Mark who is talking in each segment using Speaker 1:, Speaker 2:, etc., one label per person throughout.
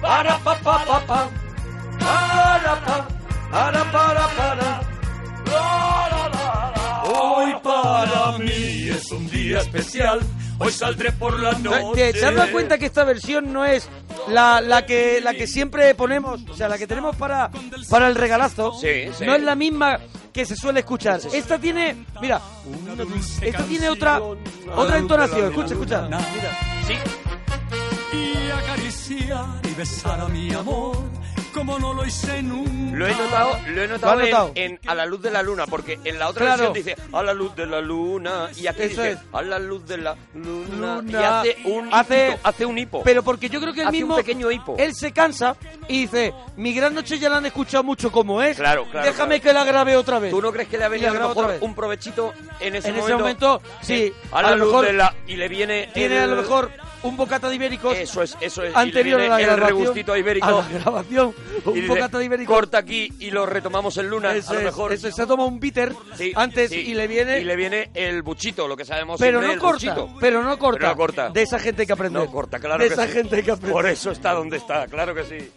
Speaker 1: Para pa pa pa pa. Para pa. Para para para. La, la, la, la. Hoy para mí es un día especial. Hoy saldré por la noche.
Speaker 2: ¿Te, te has
Speaker 3: eh.
Speaker 2: dado cuenta que esta versión no es la, la que, la que siempre ponemos, o sea, la que tenemos para, para el regalazo?
Speaker 3: Sí, sí.
Speaker 2: No es la misma que se suele escuchar. Esta tiene, mira, esta tiene otra otra entonación. Escucha, escucha. Mira.
Speaker 3: Sí.
Speaker 1: Y acariciar y besar a mi amor como no lo hice nunca.
Speaker 3: Lo he notado, lo he notado,
Speaker 2: Lo has
Speaker 3: en-
Speaker 2: notado.
Speaker 3: En, A la luz de la luna, porque en la otra
Speaker 2: Claro.
Speaker 3: versión dice A la luz de la luna y aquí
Speaker 2: Eso
Speaker 3: dice
Speaker 2: es.
Speaker 3: A la luz de la luna,
Speaker 2: Luna.
Speaker 3: y hace un
Speaker 2: Hace-
Speaker 3: hipito, hace un hipo.
Speaker 2: Pero porque yo creo que él
Speaker 3: Hace un
Speaker 2: mismo,
Speaker 3: pequeño hipo.
Speaker 2: él se cansa y dice, mi gran noche ya la han escuchado mucho como es,
Speaker 3: Claro, claro,
Speaker 2: déjame
Speaker 3: claro.
Speaker 2: que la grabe otra vez.
Speaker 3: ¿Tú no crees que le ha venido
Speaker 2: Y
Speaker 3: a
Speaker 2: la
Speaker 3: lo
Speaker 2: grabo otra
Speaker 3: mejor
Speaker 2: vez.
Speaker 3: un provechito en ese
Speaker 2: En ese
Speaker 3: momento?
Speaker 2: momento, sí,
Speaker 3: Eh, A la
Speaker 2: a lo
Speaker 3: luz
Speaker 2: mejor-
Speaker 3: de la y le viene
Speaker 2: Tiene
Speaker 3: el-
Speaker 2: a lo mejor un bocata de ibéricos
Speaker 3: Eso es, eso es. y le
Speaker 2: anterior a
Speaker 3: viene
Speaker 2: la
Speaker 3: el
Speaker 2: grabación.
Speaker 3: regustito ibérico.
Speaker 2: a la grabación,
Speaker 3: y
Speaker 2: un
Speaker 3: dice,
Speaker 2: bocata de ibéricos.
Speaker 3: Corta aquí y lo retomamos en luna.
Speaker 2: Eso
Speaker 3: a lo
Speaker 2: es,
Speaker 3: mejor.
Speaker 2: eso es, se toma un bitter
Speaker 3: Sí,
Speaker 2: antes
Speaker 3: sí.
Speaker 2: y le viene...
Speaker 3: Y le viene el buchito, lo que sabemos
Speaker 2: pero
Speaker 3: siempre,
Speaker 2: no
Speaker 3: el
Speaker 2: corta,
Speaker 3: buchito.
Speaker 2: pero no corta.
Speaker 3: Pero no corta.
Speaker 2: De esa gente hay que aprender.
Speaker 3: No corta, claro
Speaker 2: De
Speaker 3: que
Speaker 2: esa
Speaker 3: sí.
Speaker 2: gente hay que aprender.
Speaker 3: Por eso está donde está, claro que sí.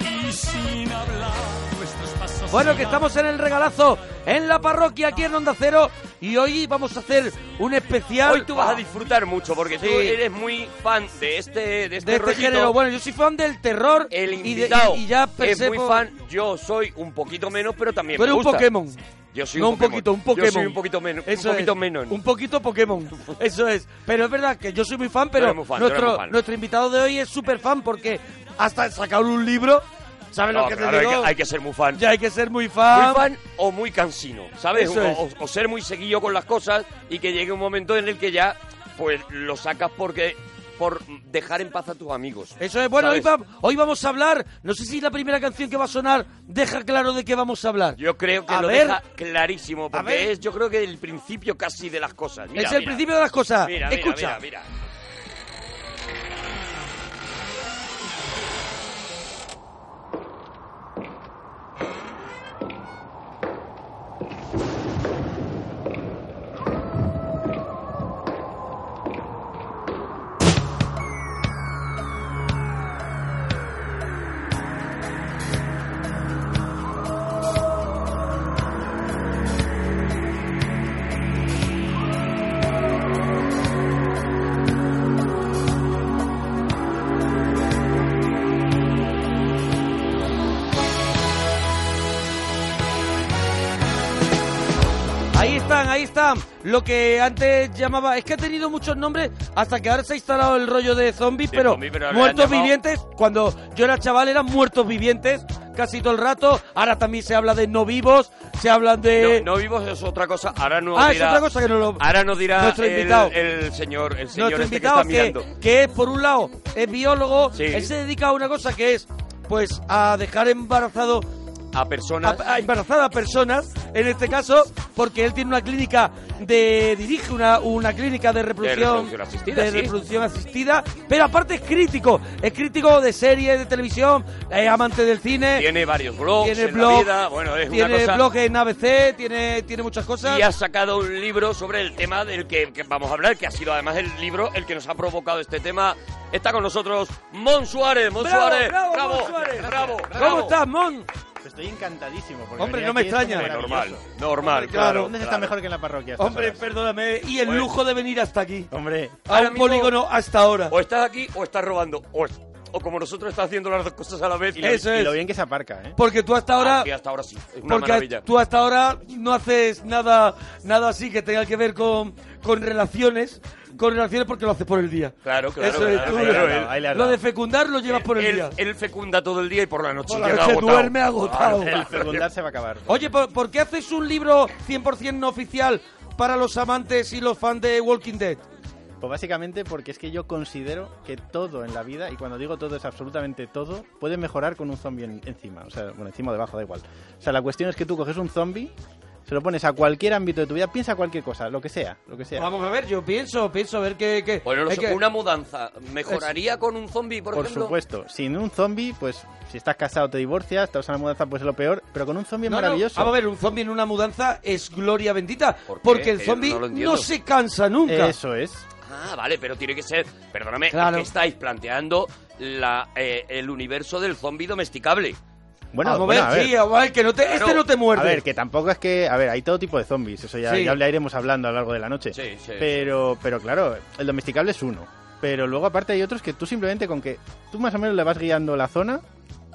Speaker 1: Y sin hablar nuestros pasos.
Speaker 2: Bueno, que estamos en el regalazo en la parroquia aquí en Onda Cero y hoy vamos a hacer un especial.
Speaker 3: Hoy tú vas a disfrutar mucho porque tú
Speaker 2: Sí.
Speaker 3: eres muy fan de este de este,
Speaker 2: de este
Speaker 3: rollito.
Speaker 2: género. Bueno, yo soy fan del terror.
Speaker 3: el
Speaker 2: y de-
Speaker 3: invitado
Speaker 2: Y, y ya
Speaker 3: es
Speaker 2: pensé
Speaker 3: muy
Speaker 2: por-
Speaker 3: fan. Yo soy un poquito menos, pero también
Speaker 2: Tú eres
Speaker 3: me
Speaker 2: un
Speaker 3: gusta.
Speaker 2: Pokémon.
Speaker 3: Yo soy
Speaker 2: no,
Speaker 3: un
Speaker 2: un
Speaker 3: Pokémon.
Speaker 2: poquito, un Pokémon.
Speaker 3: Yo soy un poquito menos, un
Speaker 2: Eso
Speaker 3: poquito
Speaker 2: es,
Speaker 3: menos.
Speaker 2: Un poquito Pokémon. Eso es. Pero es verdad que yo soy muy fan, pero
Speaker 3: eres muy fan, tú eres
Speaker 2: nuestro,
Speaker 3: muy fan.
Speaker 2: nuestro invitado de hoy es súper fan porque hasta sacar un libro. ¿Sabes
Speaker 3: No,
Speaker 2: lo que
Speaker 3: claro,
Speaker 2: te
Speaker 3: hay
Speaker 2: digo?
Speaker 3: que, hay que ser muy fan.
Speaker 2: Ya hay que ser muy fan.
Speaker 3: Muy fan o muy cansino, ¿sabes?
Speaker 2: Eso
Speaker 3: O,
Speaker 2: es.
Speaker 3: o- o ser muy seguido con las cosas y que llegue un momento en el que ya, pues, lo sacas porque por dejar en paz a tus amigos.
Speaker 2: Eso es, bueno, hoy,
Speaker 3: ¿sabes?
Speaker 2: va- hoy vamos a hablar, no sé si la primera canción que va a sonar deja claro de qué vamos a hablar.
Speaker 3: Yo creo que
Speaker 2: A
Speaker 3: lo
Speaker 2: ver.
Speaker 3: deja clarísimo,
Speaker 2: ver.
Speaker 3: porque es, yo creo que el principio casi de las cosas. Mira,
Speaker 2: es el
Speaker 3: mira.
Speaker 2: principio de las cosas.
Speaker 3: Mira, mira,
Speaker 2: Escucha,
Speaker 3: mira, mira.
Speaker 2: ahí están, ahí están. Lo que antes llamaba, es que ha tenido muchos nombres hasta que ahora se ha instalado el rollo de zombies,
Speaker 3: Sí,
Speaker 2: pero,
Speaker 3: zombie, pero le han
Speaker 2: muertos
Speaker 3: llamado-
Speaker 2: vivientes, cuando yo era chaval eran muertos vivientes casi todo el rato. Ahora también se habla de no vivos, se hablan de...
Speaker 3: No, no vivos es otra cosa. Ahora nos
Speaker 2: Eh, ah, es
Speaker 3: dirá,
Speaker 2: otra cosa que no lo...
Speaker 3: Ahora nos dirá
Speaker 2: Nuestro
Speaker 3: el,
Speaker 2: invitado.
Speaker 3: el señor, el señor
Speaker 2: nuestro
Speaker 3: este que
Speaker 2: invitado
Speaker 3: está
Speaker 2: que,
Speaker 3: mirando.
Speaker 2: que es por un lado es biólogo
Speaker 3: Sí.
Speaker 2: él se dedica a una cosa que es pues a dejar embarazado
Speaker 3: A personas.
Speaker 2: a, a embarazada a personas en este caso porque él tiene una clínica de dirige una, una clínica de reproducción
Speaker 3: reproducción asistida,
Speaker 2: de
Speaker 3: sí.
Speaker 2: reproducción asistida, pero aparte es crítico es crítico de series de televisión es amante del cine
Speaker 3: tiene varios blogs
Speaker 2: eh, tiene
Speaker 3: en
Speaker 2: blog,
Speaker 3: la vida. Bueno, es
Speaker 2: tiene
Speaker 3: una cosa.
Speaker 2: blog en ABC tiene tiene muchas cosas
Speaker 3: Y ha sacado un libro sobre el tema del que, que vamos a hablar, que ha sido además el libro el que nos ha provocado este tema. Está con nosotros Mon Suárez. Mon
Speaker 2: Bravo,
Speaker 3: Suárez.
Speaker 2: bravo,
Speaker 3: bravo,
Speaker 2: Mon Suárez.
Speaker 3: bravo, bravo.
Speaker 2: cómo estás Mon
Speaker 4: Estoy encantadísimo. Porque
Speaker 2: Hombre,
Speaker 4: venir
Speaker 2: no me
Speaker 4: aquí es
Speaker 2: extraña.
Speaker 4: como
Speaker 3: Normal,
Speaker 4: maravilloso.
Speaker 3: normal,
Speaker 2: Hombre,
Speaker 3: claro.
Speaker 2: claro.
Speaker 4: ¿Dónde se está
Speaker 3: claro.
Speaker 4: mejor que en la parroquia? a estas
Speaker 2: hombre
Speaker 4: horas?
Speaker 2: perdóname y el
Speaker 3: Bueno.
Speaker 2: lujo de venir hasta aquí
Speaker 4: Hombre,
Speaker 2: a
Speaker 3: Ahora
Speaker 2: un
Speaker 3: mismo-
Speaker 2: polígono hasta ahora.
Speaker 3: O estás aquí o estás robando. O, o como nosotros estás haciendo las dos cosas a la vez.
Speaker 4: y lo,
Speaker 2: Eso
Speaker 4: y
Speaker 2: es.
Speaker 4: lo bien que se aparca, ¿eh?
Speaker 2: Porque tú hasta ahora,
Speaker 3: Aquí hasta ahora Ah, sí. Es una
Speaker 2: porque
Speaker 3: maravilla.
Speaker 2: tú hasta ahora no haces nada, nada así que tenga que ver con, con relaciones, con relaciones porque lo haces por el día.
Speaker 3: Claro, claro,
Speaker 2: Eso es,
Speaker 3: claro,
Speaker 2: tú-
Speaker 3: ahí le has
Speaker 4: dado, ahí le has
Speaker 2: lo
Speaker 4: dado.
Speaker 2: de fecundar lo llevas por el,
Speaker 3: él,
Speaker 2: día.
Speaker 3: él fecunda todo el día y por la noche
Speaker 2: Por la
Speaker 3: llega
Speaker 2: noche
Speaker 3: agotado.
Speaker 2: duerme agotado.
Speaker 3: Claro,
Speaker 4: El fecundar se va a acabar.
Speaker 2: Oye, ¿por, por qué haces un libro 100% no oficial para los amantes y los fans de Walking Dead?
Speaker 4: Pues básicamente porque es que yo considero que todo en la vida, y cuando digo todo es absolutamente todo, puede mejorar con un zombie en- encima. O sea, bueno, encima o debajo, da igual. O sea, la cuestión es que tú coges un zombie, se lo pones a cualquier ámbito de tu vida, piensa cualquier cosa, lo que sea, lo que sea.
Speaker 2: Vamos a ver, yo pienso, pienso a ver qué... qué-
Speaker 3: Bueno, no
Speaker 2: es
Speaker 3: sé,
Speaker 2: que-
Speaker 3: una mudanza. ¿Mejoraría con un zombie, por,
Speaker 4: Por
Speaker 3: ejemplo?
Speaker 4: supuesto, sin un zombie, pues si estás casado te divorcias, te vas a una mudanza, pues es lo peor, pero con un zombie es
Speaker 2: No, no,
Speaker 4: maravilloso.
Speaker 2: Vamos a ver, un zombie en una mudanza es gloria bendita,
Speaker 3: ¿Por qué?
Speaker 2: porque el
Speaker 3: Eh,
Speaker 2: zombie
Speaker 3: no lo
Speaker 2: no,
Speaker 3: entiendo.
Speaker 2: se cansa nunca.
Speaker 4: Eso es.
Speaker 3: Ah, vale, pero tiene que ser. Perdóname, es
Speaker 2: Claro.
Speaker 3: que estáis planteando la, eh, el universo del zombi domesticable. Ah,
Speaker 4: Bueno,
Speaker 2: a mover,
Speaker 4: Ah, bueno, a ver.
Speaker 2: sí, a mover, que no te, este
Speaker 3: Claro.
Speaker 2: no te muerde.
Speaker 4: A ver, que tampoco es que. A ver, hay todo tipo de zombies, eso ya,
Speaker 2: Sí.
Speaker 4: ya le iremos hablando a lo largo de la noche.
Speaker 3: Sí, sí,
Speaker 4: Pero, pero claro, el domesticable es uno. Pero luego, aparte, hay otros que tú simplemente con que tú más o menos le vas guiando la zona.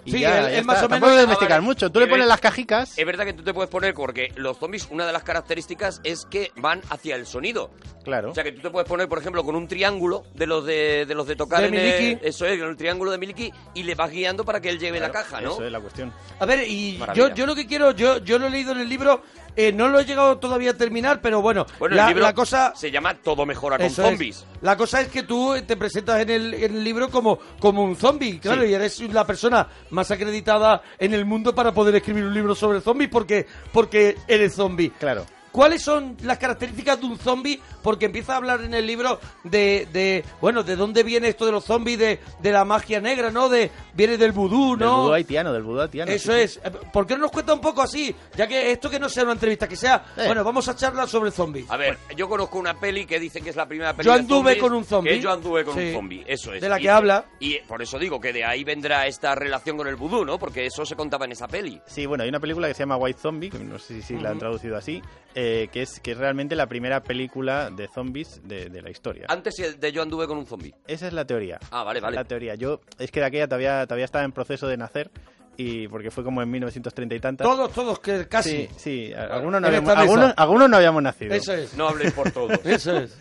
Speaker 4: Y
Speaker 2: Sí,
Speaker 4: ya,
Speaker 2: el-
Speaker 4: ya
Speaker 2: el
Speaker 4: está.
Speaker 2: más o
Speaker 4: Tampoco
Speaker 2: menos- Eh,
Speaker 4: le domesticar
Speaker 3: Ah, vale.
Speaker 4: mucho. Tú le
Speaker 3: Y
Speaker 4: pones
Speaker 3: ves-
Speaker 4: las cajicas.
Speaker 3: Es verdad que tú te puedes poner porque los zombies, una de las características es que van hacia el sonido.
Speaker 4: Claro.
Speaker 3: O sea que tú te puedes poner, por ejemplo, con un triángulo de los de, de los de tocar
Speaker 2: De
Speaker 3: en el-
Speaker 2: Miliki.
Speaker 3: eso es, con el triángulo de Miliki y le vas guiando para que él lleve la
Speaker 4: Claro,
Speaker 3: caja, ¿no?
Speaker 4: Eso es la cuestión.
Speaker 2: A ver, y
Speaker 3: Maravilla.
Speaker 2: yo, yo lo que quiero, yo, yo lo he leído en el libro, eh, no lo he llegado todavía a terminar, pero bueno,
Speaker 3: Bueno,
Speaker 2: la,
Speaker 3: el libro
Speaker 2: la cosa...
Speaker 3: se llama Todo mejora con
Speaker 2: eso es.
Speaker 3: zombies.
Speaker 2: La cosa es que tú eh, te presentas en el, en el libro como, como un zombie, claro, y eres la persona más acreditada en el mundo para poder escribir un libro sobre zombies porque, porque eres zombie.
Speaker 4: Claro.
Speaker 2: ¿Cuáles son las características de un zombie? Porque empieza a hablar en el libro de, de bueno, de dónde viene esto de los zombies, de, de la magia negra, ¿no? De viene del vudú,
Speaker 4: Del
Speaker 2: ¿no?
Speaker 4: vudú haitiano, del vudú haitiano.
Speaker 2: Eso
Speaker 4: sí, sí.
Speaker 2: es. ¿Por qué no nos cuenta un poco así? Ya que esto que no sea una entrevista, que sea,
Speaker 4: Eh.
Speaker 2: bueno, vamos a charlar sobre zombies.
Speaker 3: A ver, yo conozco una peli que dicen que es la primera peli
Speaker 2: Yo
Speaker 3: de
Speaker 2: anduve
Speaker 3: zombies,
Speaker 2: con un zombi.
Speaker 3: Que yo anduve con
Speaker 2: Sí.
Speaker 3: un zombie, eso es.
Speaker 2: De la
Speaker 3: Y-
Speaker 2: que habla.
Speaker 3: Y por eso digo que de ahí vendrá esta relación con el vudú, ¿no? Porque eso se contaba en esa peli.
Speaker 4: Sí, bueno, hay una película que se llama White Zombie, que no sé si la han traducido así, eh, que, es, que es realmente la primera película de zombies de, de la historia.
Speaker 3: Antes el de yo anduve con un zombie.
Speaker 4: Esa es la teoría.
Speaker 3: Ah, vale, vale.
Speaker 4: La teoría. Yo, es que de aquella todavía, todavía estaba en proceso de nacer, y porque fue como en 1930 y tantas.
Speaker 2: Todos, todos, que casi.
Speaker 4: Sí, sí, a- algunos no,
Speaker 2: En
Speaker 4: habíamos,
Speaker 2: esta mesa.
Speaker 4: algunos, algunos no habíamos nacido.
Speaker 2: Eso es.
Speaker 3: No habléis por todos.
Speaker 2: Eso es.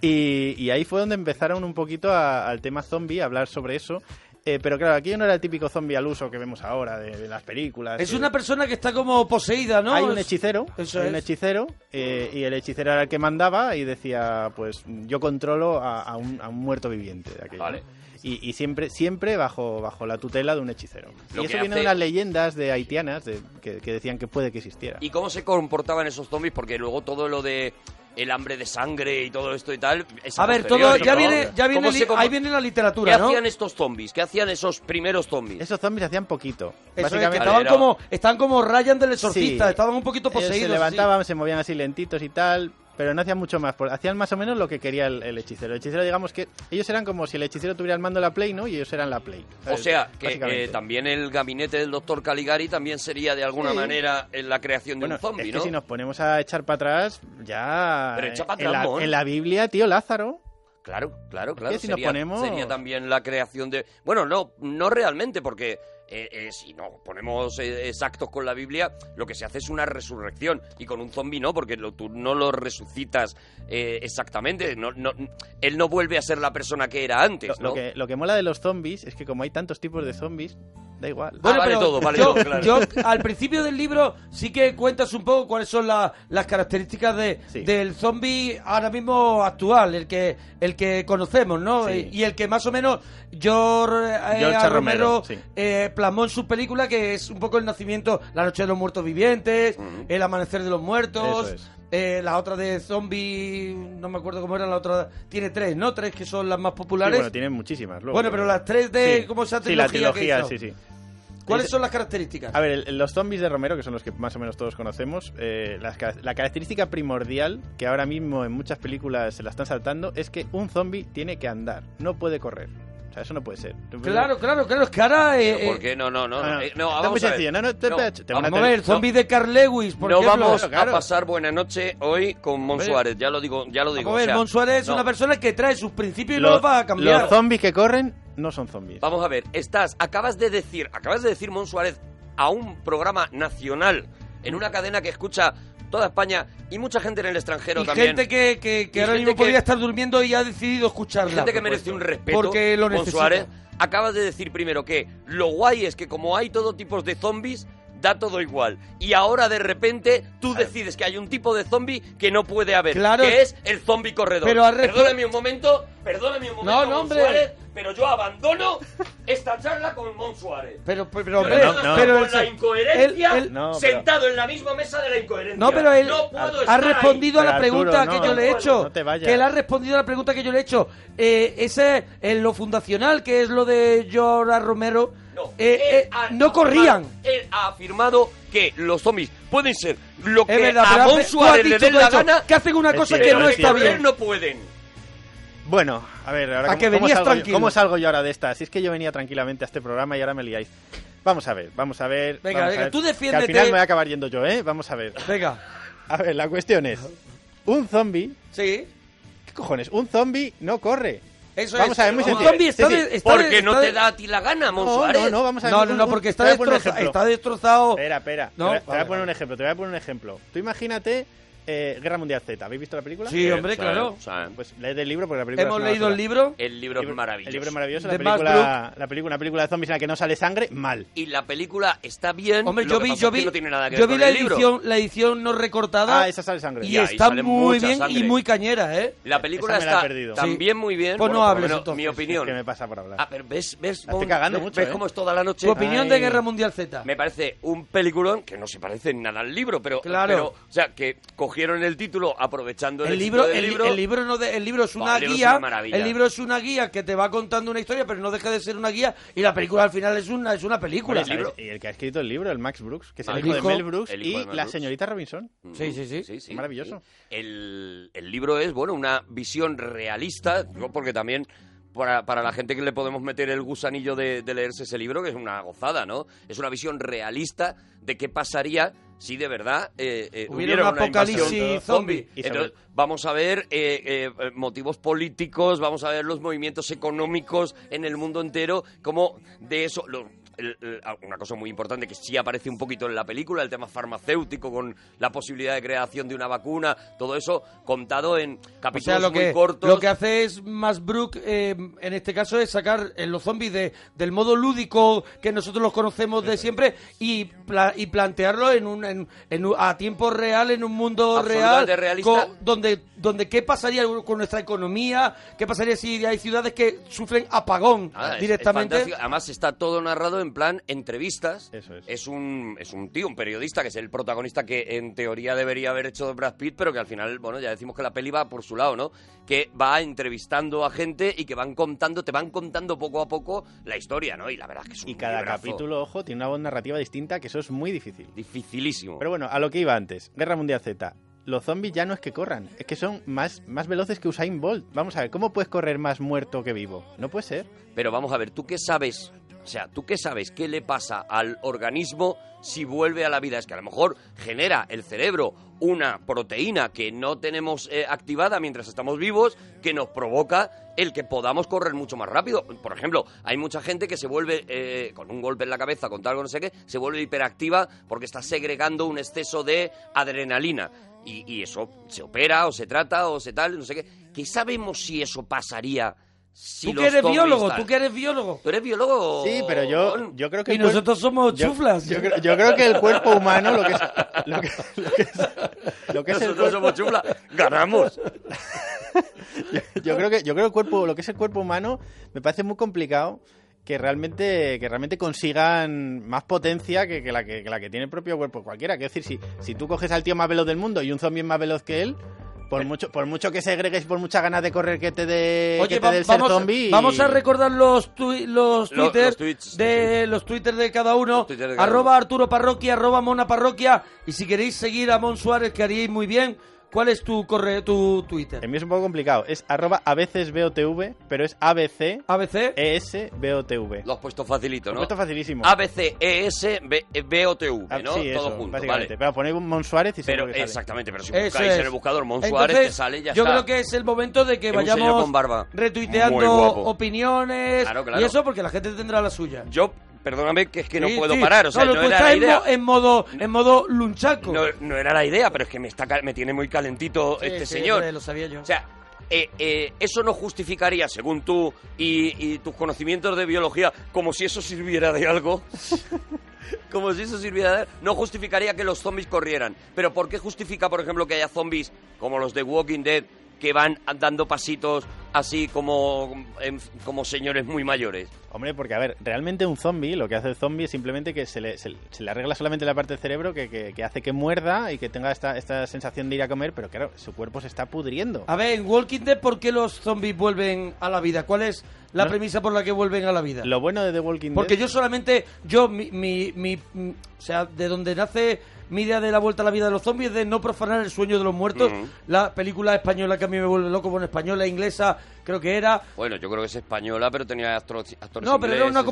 Speaker 4: Y, y ahí fue donde empezaron un poquito a- al tema zombie, a hablar sobre eso. Eh, pero claro, aquí no era el típico zombie al uso que vemos ahora de, de las películas.
Speaker 2: Es
Speaker 4: eh,
Speaker 2: una persona que está como poseída, ¿no?
Speaker 4: hay un
Speaker 2: Es-
Speaker 4: hechicero,
Speaker 2: Eso
Speaker 4: hay un
Speaker 2: es.
Speaker 4: hechicero eh, y el hechicero era el que mandaba y decía, pues yo controlo a, a un, a un muerto viviente de aquello,
Speaker 3: Vale.
Speaker 4: ¿no? Y, y siempre, siempre bajo, bajo la tutela de un hechicero.
Speaker 3: Lo
Speaker 4: y
Speaker 3: que
Speaker 4: eso
Speaker 3: hace-
Speaker 4: viene de unas leyendas de haitianas de- que, que decían que puede que existiera.
Speaker 3: ¿Y cómo se comportaban esos zombies? Porque luego todo lo de el hambre de sangre y todo esto y tal. es
Speaker 2: A ver,
Speaker 3: posterior,
Speaker 2: todo, ya
Speaker 3: ¿no?
Speaker 2: viene, ya viene,
Speaker 3: ¿Cómo
Speaker 2: li-
Speaker 3: se com-
Speaker 2: ahí viene la
Speaker 3: ¿Qué
Speaker 2: literatura, ¿no?
Speaker 3: hacían estos zombies? ¿Qué hacían esos primeros zombies?
Speaker 4: Esos zombies hacían poquito.
Speaker 2: Eso es, que
Speaker 4: Básicamente-
Speaker 2: estaban
Speaker 3: Era-
Speaker 2: como, estaban como Ryan del exorcista,
Speaker 4: Sí.
Speaker 2: estaban un poquito
Speaker 4: Ellos
Speaker 2: poseídos.
Speaker 4: Se
Speaker 2: sí.
Speaker 4: levantaban, se movían así lentitos y tal, pero no hacían mucho más. por- Hacían más o menos lo que quería el, el hechicero. El hechicero, digamos que ellos eran como si el hechicero tuviera el mando de la Play, ¿no? Y ellos eran la Play.
Speaker 3: O
Speaker 4: ¿sabes?
Speaker 3: sea, que
Speaker 4: Básicamente.
Speaker 3: eh, también el gabinete del doctor Caligari también sería de alguna
Speaker 4: Sí.
Speaker 3: manera en la creación de
Speaker 4: Bueno,
Speaker 3: un zombie,
Speaker 4: es que
Speaker 3: ¿no?
Speaker 4: si nos ponemos a echar para atrás, ya...
Speaker 3: Pero echa pa'
Speaker 4: en,
Speaker 3: atrás,
Speaker 4: la,
Speaker 3: mon.
Speaker 4: en la Biblia, tío, Lázaro...
Speaker 3: Claro, claro, claro.
Speaker 4: si nos
Speaker 3: sería,
Speaker 4: ponemos-
Speaker 3: sería también la creación de... Bueno, no, no realmente, porque eh, eh, si nos ponemos eh, exactos con la Biblia, lo que se hace es una resurrección. Y con un zombi no, porque lo- tú no lo resucitas eh, exactamente. No, no- él no vuelve a ser la persona que era
Speaker 4: Lo,
Speaker 3: antes, ¿no?
Speaker 4: lo que, lo que mola de los zombies es que como hay tantos tipos de zombies, da igual.
Speaker 3: Ah, vale todo, vale
Speaker 2: yo,
Speaker 3: todo, claro.
Speaker 2: yo, al principio del libro sí que cuentas un poco cuáles son la- las características de,
Speaker 4: Sí.
Speaker 2: del zombie ahora mismo actual, el que el que conocemos, ¿no?
Speaker 4: Sí.
Speaker 2: Y, y el que más o menos George, eh,
Speaker 4: George
Speaker 2: A. Romero,
Speaker 4: Romero, sí.
Speaker 2: eh, plasmó en su película, que es un poco el nacimiento, la noche de los muertos vivientes, el amanecer de los muertos.
Speaker 4: Eso es.
Speaker 2: eh, la otra de zombie, no me acuerdo cómo era la otra. Tiene tres, ¿no? Tres que son las más populares.
Speaker 4: Sí, bueno, tienen muchísimas. Luego, eh,
Speaker 2: Bueno, pero las tres de- ¿cómo se llama?
Speaker 4: Sí, la
Speaker 2: Trilogía que
Speaker 4: trilogía,
Speaker 2: hizo.
Speaker 4: sí, sí.
Speaker 2: ¿Cuáles
Speaker 4: es-
Speaker 2: son las características?
Speaker 4: A ver, el- los zombies de Romero, que son los que más o menos todos conocemos, eh, las ca- la característica primordial que ahora mismo en muchas películas se la están saltando es que un zombie tiene que andar, no puede correr. O sea, eso no puede ser. No puede-
Speaker 2: Claro, claro, claro, es que ahora... eh,
Speaker 3: Pero ¿Por qué? No, no, no.
Speaker 4: Ah,
Speaker 3: no, eh, no,
Speaker 4: está
Speaker 3: vamos
Speaker 4: muy
Speaker 3: a ver.
Speaker 4: sencillo. No, no, te- te- te van
Speaker 2: Vamos a
Speaker 4: te-
Speaker 2: ver, zombie de Carl Lewis, por
Speaker 3: No
Speaker 2: ejemplo.
Speaker 3: vamos
Speaker 4: claro.
Speaker 3: a pasar buena noche hoy con Mon
Speaker 4: Hombre.
Speaker 3: Suárez, ya lo digo, ya lo digo.
Speaker 2: Vamos a
Speaker 3: o
Speaker 2: ver,
Speaker 3: sea,
Speaker 2: Mon Suárez es
Speaker 3: no.
Speaker 2: una persona que trae sus principios y no
Speaker 4: Los,
Speaker 2: los va a cambiar.
Speaker 4: los zombies que corren no son zombies.
Speaker 3: Vamos a ver, estás, acabas de decir, acabas de decir, Mon Suárez, a un programa nacional, en una cadena que escucha toda España y mucha gente en el extranjero
Speaker 2: y
Speaker 3: también.
Speaker 2: gente que, que, que
Speaker 3: Y
Speaker 2: ahora
Speaker 3: gente
Speaker 2: mismo podría
Speaker 3: que-
Speaker 2: estar durmiendo y ha decidido escucharla.
Speaker 3: gente que
Speaker 2: por
Speaker 3: merece un
Speaker 2: supuesto.
Speaker 3: respeto.
Speaker 2: Porque lo
Speaker 3: Mon
Speaker 2: necesita.
Speaker 3: Suárez, acabas de decir primero que lo guay es que como hay todo tipo de zombies, da todo igual. Y ahora de repente tú decides que hay un tipo de zombie que no puede haber,
Speaker 2: Claro.
Speaker 3: que es el zombie corredor.
Speaker 2: Pero al resp-
Speaker 3: perdóname un momento, perdóname un momento,
Speaker 2: no,
Speaker 3: Mon
Speaker 2: hombre.
Speaker 3: Suárez, pero yo abandono esta charla con Mon Suárez.
Speaker 2: Pero, pero, pero,
Speaker 3: Pero no,
Speaker 2: hombre,
Speaker 4: no.
Speaker 2: pero
Speaker 3: con
Speaker 2: él
Speaker 3: la
Speaker 2: se-
Speaker 3: incoherencia
Speaker 2: él- él-
Speaker 4: No, pero-
Speaker 3: sentado en la misma mesa de la incoherencia.
Speaker 2: No, pero él
Speaker 3: No puedo
Speaker 2: ha
Speaker 3: estar ahí.
Speaker 2: respondido a la
Speaker 4: Pero Arturo,
Speaker 2: pregunta
Speaker 4: no,
Speaker 2: que yo le he
Speaker 3: no,
Speaker 2: hecho.
Speaker 4: no te vayas.
Speaker 2: que él ha respondido a la pregunta que yo le he hecho. Eh, ese es lo fundacional, que es lo de George A. Romero.
Speaker 3: No,
Speaker 2: Eh,
Speaker 3: él
Speaker 2: eh,
Speaker 3: ha
Speaker 2: no
Speaker 3: afirmado-
Speaker 2: corrían.
Speaker 3: Él ha afirmado que los zombies pueden ser lo que
Speaker 2: Es verdad,
Speaker 3: a
Speaker 2: pero
Speaker 3: Mon
Speaker 2: hace- tú has
Speaker 3: Suárez le
Speaker 2: dicho,
Speaker 3: den
Speaker 2: tú has
Speaker 3: la
Speaker 2: dicho
Speaker 3: gana,
Speaker 2: que hacen una
Speaker 4: Es
Speaker 2: cosa
Speaker 4: cierto,
Speaker 2: que
Speaker 3: pero
Speaker 2: no
Speaker 4: es
Speaker 2: está
Speaker 4: cierto.
Speaker 3: correr
Speaker 2: bien.
Speaker 3: no pueden.
Speaker 4: Bueno, a ver, ahora
Speaker 2: A
Speaker 4: ¿cómo,
Speaker 2: que
Speaker 4: cómo
Speaker 2: venías
Speaker 4: salgo yo,
Speaker 2: tranquilo.
Speaker 4: cómo salgo yo ahora de esta? Si es que yo venía tranquilamente a este programa y ahora me liáis. Vamos a ver, vamos a ver.
Speaker 2: Venga,
Speaker 4: vamos a
Speaker 2: venga,
Speaker 4: ver,
Speaker 2: tú
Speaker 4: que
Speaker 2: defiéndete.
Speaker 4: al final me voy a acabar yendo yo, ¿eh? Vamos a ver.
Speaker 2: Venga,
Speaker 4: A ver, la cuestión es: un zombie.
Speaker 2: sí.
Speaker 4: ¿Qué cojones? Un zombie no corre.
Speaker 2: Eso
Speaker 4: Vamos
Speaker 2: es.
Speaker 4: a ver, muy
Speaker 2: un
Speaker 4: sencillo.
Speaker 2: zombie está
Speaker 4: Sí, sí.
Speaker 2: de- está de-
Speaker 3: Porque no
Speaker 2: está de-
Speaker 3: te da a ti la gana,
Speaker 4: No,
Speaker 3: Monsuárez.
Speaker 4: no, no, vamos a ver.
Speaker 2: No,
Speaker 4: un-
Speaker 2: no, no,
Speaker 4: un-
Speaker 2: porque
Speaker 4: te
Speaker 2: está,
Speaker 4: voy a poner un
Speaker 2: destroza-
Speaker 4: ejemplo.
Speaker 2: está destrozado.
Speaker 4: Espera, espera.
Speaker 2: No,
Speaker 4: te, voy a- te voy
Speaker 2: vale,
Speaker 4: a poner un
Speaker 2: vale.
Speaker 4: ejemplo, te voy a poner un ejemplo. Tú imagínate eh, Guerra Mundial Z. ¿Habéis visto la película?
Speaker 2: Sí, hombre,
Speaker 3: o sea,
Speaker 2: claro.
Speaker 3: o sea,
Speaker 4: Pues leed el libro porque la película. es
Speaker 2: Hemos
Speaker 4: una
Speaker 2: leído el
Speaker 4: basura.
Speaker 2: libro.
Speaker 3: el libro es maravilloso.
Speaker 4: El libro es maravilloso. La
Speaker 2: De Max
Speaker 4: película, la película, una película de zombies en la que no sale sangre, mal.
Speaker 3: Y la película está bien.
Speaker 2: Hombre,
Speaker 3: lo
Speaker 2: yo
Speaker 3: que
Speaker 2: vi,
Speaker 3: pasa
Speaker 2: yo
Speaker 3: es que
Speaker 2: vi,
Speaker 3: no tiene nada que
Speaker 2: yo
Speaker 3: ver
Speaker 2: vi
Speaker 3: con
Speaker 2: la
Speaker 3: el libro.
Speaker 2: edición, la edición no recortada
Speaker 4: Ah, esa sale sangre.
Speaker 2: y
Speaker 3: Ya, y
Speaker 2: está
Speaker 3: sale
Speaker 2: muy
Speaker 3: mucha
Speaker 2: bien y
Speaker 3: sangre.
Speaker 2: muy cañera, ¿eh?
Speaker 3: La película
Speaker 4: Esa me la he
Speaker 3: está
Speaker 4: perdido.
Speaker 3: también muy bien.
Speaker 2: Pues no
Speaker 3: por lo
Speaker 2: hables,
Speaker 3: menos,
Speaker 2: entonces.
Speaker 3: Mi opinión.
Speaker 4: ¿Qué me pasa por hablar?
Speaker 3: Ah, pero ves, ves,
Speaker 4: La estoy cagando
Speaker 3: ves-
Speaker 4: mucho,
Speaker 3: ves
Speaker 4: ¿eh?
Speaker 3: cómo es toda la noche. Ah,
Speaker 2: Tu opinión de
Speaker 4: Ay.
Speaker 2: Guerra Mundial Z.
Speaker 3: Me parece un peliculón que no se parece en nada al libro, pero,
Speaker 2: Claro.
Speaker 3: pero o sea, que cogieron el título aprovechando el,
Speaker 2: El
Speaker 3: éxito
Speaker 2: libro,
Speaker 3: del
Speaker 2: el,
Speaker 3: libro.
Speaker 2: el libro no de- el libro es
Speaker 3: Buah,
Speaker 2: una
Speaker 3: el libro es
Speaker 2: guía,
Speaker 3: una maravilla.
Speaker 2: el libro es una guía que te va contando una historia, pero no deja de ser una guía y la película al final es una es una película.
Speaker 4: Bueno, ¿sabes? Y el que ha escrito el libro, el Max Brooks, que es el
Speaker 3: Max
Speaker 4: hijo de
Speaker 2: Brooks.
Speaker 4: Mel Brooks,
Speaker 3: Ah, El hijo de
Speaker 4: y
Speaker 3: Mel
Speaker 4: la
Speaker 3: Brooks.
Speaker 4: señorita Robinson.
Speaker 2: Sí, sí, sí.
Speaker 4: Maravilloso.
Speaker 3: Mm, El, el libro es, bueno, una visión realista, digo, porque también para, para la gente que le podemos meter el gusanillo de, de leerse ese libro, que es una gozada, ¿no? Es una visión realista de qué pasaría si de verdad eh, eh,
Speaker 2: Hubiera un
Speaker 3: una invasión
Speaker 2: apocalipsis zombie.
Speaker 4: Y
Speaker 3: Entonces,
Speaker 4: sobre-
Speaker 3: Pues vamos a ver eh, eh, eh, motivos políticos, vamos a ver los movimientos económicos en el mundo entero, como de eso... lo- el- el- ah, una cosa muy importante que sí aparece un poquito en la película, el tema farmacéutico con la posibilidad de creación de una vacuna, todo eso contado en
Speaker 2: O
Speaker 3: capítulos
Speaker 2: sea, lo
Speaker 3: muy
Speaker 2: que,
Speaker 3: cortos.
Speaker 2: lo que hace es más Brook, eh, en este caso, es sacar eh, los zombies de, del modo lúdico que nosotros los conocemos de siempre y, pla- y plantearlo en un, en, en un- a tiempo real, en un mundo real,
Speaker 3: Absolutamente realista.
Speaker 2: con- donde, donde qué pasaría con nuestra economía, qué pasaría si hay ciudades que sufren apagón
Speaker 3: Nada, es- es
Speaker 2: directamente.
Speaker 3: fantástico. Además está todo narrado en plan entrevistas.
Speaker 4: Eso es.
Speaker 3: un es un tío, un periodista que es el protagonista que en teoría debería haber hecho Brad Pitt, pero que al final, bueno, ya decimos que la peli va por su lado, ¿no? Que va entrevistando a gente y que van contando, te van contando poco a poco la historia, ¿no? Y la verdad es que es un
Speaker 4: Y cada
Speaker 3: librazo
Speaker 4: capítulo, ojo, tiene una voz narrativa distinta, que eso es muy difícil.
Speaker 3: dificilísimo.
Speaker 4: Pero bueno, a lo que iba antes, Guerra Mundial Z. Los zombies ya no es que corran, es que son más, más veloces que Usain Bolt. Vamos a ver, ¿cómo puedes correr más muerto que vivo? No puede ser.
Speaker 3: Pero vamos a ver, ¿tú qué sabes? O sea, ¿tú qué sabes? ¿Qué le pasa al organismo si vuelve a la vida? Es que a lo mejor genera el cerebro una proteína que no tenemos eh, activada mientras estamos vivos que nos provoca el que podamos correr mucho más rápido. Por ejemplo, hay mucha gente que se vuelve eh, con un golpe en la cabeza, con tal, con no sé qué, se vuelve hiperactiva porque está segregando un exceso de adrenalina. Y, y eso se opera o se trata o se tal, no sé qué. ¿Qué sabemos si eso pasaría? Si
Speaker 2: tú
Speaker 3: los
Speaker 2: que eres
Speaker 3: zombies
Speaker 2: biólogo,
Speaker 3: tal?
Speaker 2: tú que eres biólogo.
Speaker 3: ¿Tú eres biólogo?
Speaker 4: Sí, pero yo, yo creo que...
Speaker 2: Y
Speaker 4: el cuer-
Speaker 2: nosotros somos
Speaker 4: yo-
Speaker 2: chuflas.
Speaker 4: Yo, creo- yo creo que el cuerpo humano, lo que es... Lo que, lo que es, lo que es el
Speaker 3: Nosotros
Speaker 4: cuerpo-
Speaker 3: somos chufla. ¡Ganamos!
Speaker 4: yo creo que yo creo que el cuerpo lo que es el cuerpo humano me parece muy complicado que realmente que realmente consigan más potencia que, que la que, que la que tiene el propio cuerpo cualquiera quiero decir si si tú coges al tío más veloz del mundo y un zombie es más veloz que él
Speaker 3: Eh.
Speaker 4: por mucho por mucho que segregues por muchas ganas de correr que te dé que te
Speaker 2: va-
Speaker 4: dé el ser
Speaker 2: vamos,
Speaker 4: zombie y-
Speaker 2: vamos a recordar los tui- los
Speaker 3: Lo- los
Speaker 2: Twitter
Speaker 3: tweets,
Speaker 2: de los Twitter de cada uno.
Speaker 3: Los Twitter de cada
Speaker 2: Arroba
Speaker 3: uno.
Speaker 2: Arturo Parroquia, arroba Mona Parroquia. Y si queréis seguir a Mon Suárez, que haríais muy bien. ¿Cuál es tu correo, tu Twitter?
Speaker 4: en mí es un poco complicado es arroba a veces BOTV pero es abc
Speaker 2: ABC.
Speaker 4: es BOTV
Speaker 3: Lo has puesto facilito, ¿no?
Speaker 4: esto es facilísimo
Speaker 3: ABC, ES, E B- BOTV, ¿no?
Speaker 4: Ah, sí,
Speaker 3: Todo
Speaker 4: eso,
Speaker 3: junto,
Speaker 4: básicamente
Speaker 3: vale.
Speaker 4: pero ponéis Mon Suárez y
Speaker 3: Pero,
Speaker 4: seguro que sale.
Speaker 3: exactamente, pero si
Speaker 2: Eso
Speaker 3: buscáis
Speaker 2: es.
Speaker 3: en el buscador Monsuárez,
Speaker 2: Entonces,
Speaker 3: te sale ya
Speaker 2: yo
Speaker 3: está.
Speaker 2: creo que es el momento de que
Speaker 3: Es un señor
Speaker 2: vayamos
Speaker 3: con barba. Muy
Speaker 2: retuiteando
Speaker 3: guapo.
Speaker 2: opiniones
Speaker 3: Claro, claro.
Speaker 2: y eso porque la gente tendrá la suya.
Speaker 3: Yo, perdóname, que es que no
Speaker 2: Sí,
Speaker 3: puedo
Speaker 2: sí.
Speaker 3: parar, o sea,
Speaker 2: lo
Speaker 3: no
Speaker 2: que
Speaker 3: era
Speaker 2: está
Speaker 3: la
Speaker 2: en mo-
Speaker 3: idea.
Speaker 2: En modo, en modo lunchaco.
Speaker 3: No, no era la idea, pero es que me, está, cal- me tiene muy calentito
Speaker 2: Sí,
Speaker 3: este
Speaker 2: sí,
Speaker 3: señor.
Speaker 2: hombre, Lo sabía yo.
Speaker 3: O sea, eh, eh, eso no justificaría, según tú y, y tus conocimientos de biología, como si eso sirviera de algo. como si eso sirviera de algo. No justificaría que los zombies corrieran. Pero ¿por qué justifica, por ejemplo, que haya zombies como los de Walking Dead que van dando pasitos así como, en- como señores muy mayores?
Speaker 4: Hombre, porque a ver, realmente un zombie, lo que hace el zombie es simplemente que se le, se, le- se le arregla solamente la parte del cerebro que, que- que hace que muerda y que tenga esta, esta sensación de ir a comer, pero claro, su cuerpo se está pudriendo.
Speaker 3: Ah,
Speaker 2: A ver, en Walking Dead, ¿por qué los zombies vuelven a la vida? ¿Cuál es la
Speaker 4: No.
Speaker 2: premisa por la que vuelven a la vida?
Speaker 4: Lo bueno de The Walking
Speaker 2: Porque
Speaker 4: Dead...
Speaker 2: yo solamente, yo, mi, mi, mi- mm, o sea, de donde nace mi idea de la vuelta a la vida de los zombies, de no profanar el sueño de los muertos,
Speaker 3: Ujú.
Speaker 2: la película española que a mí me vuelve loco, bueno, española, inglesa, creo que era.
Speaker 3: Bueno, yo creo que es española, pero tenía actro- actores
Speaker 2: No, pero era
Speaker 3: ingleses
Speaker 2: una
Speaker 3: y tal,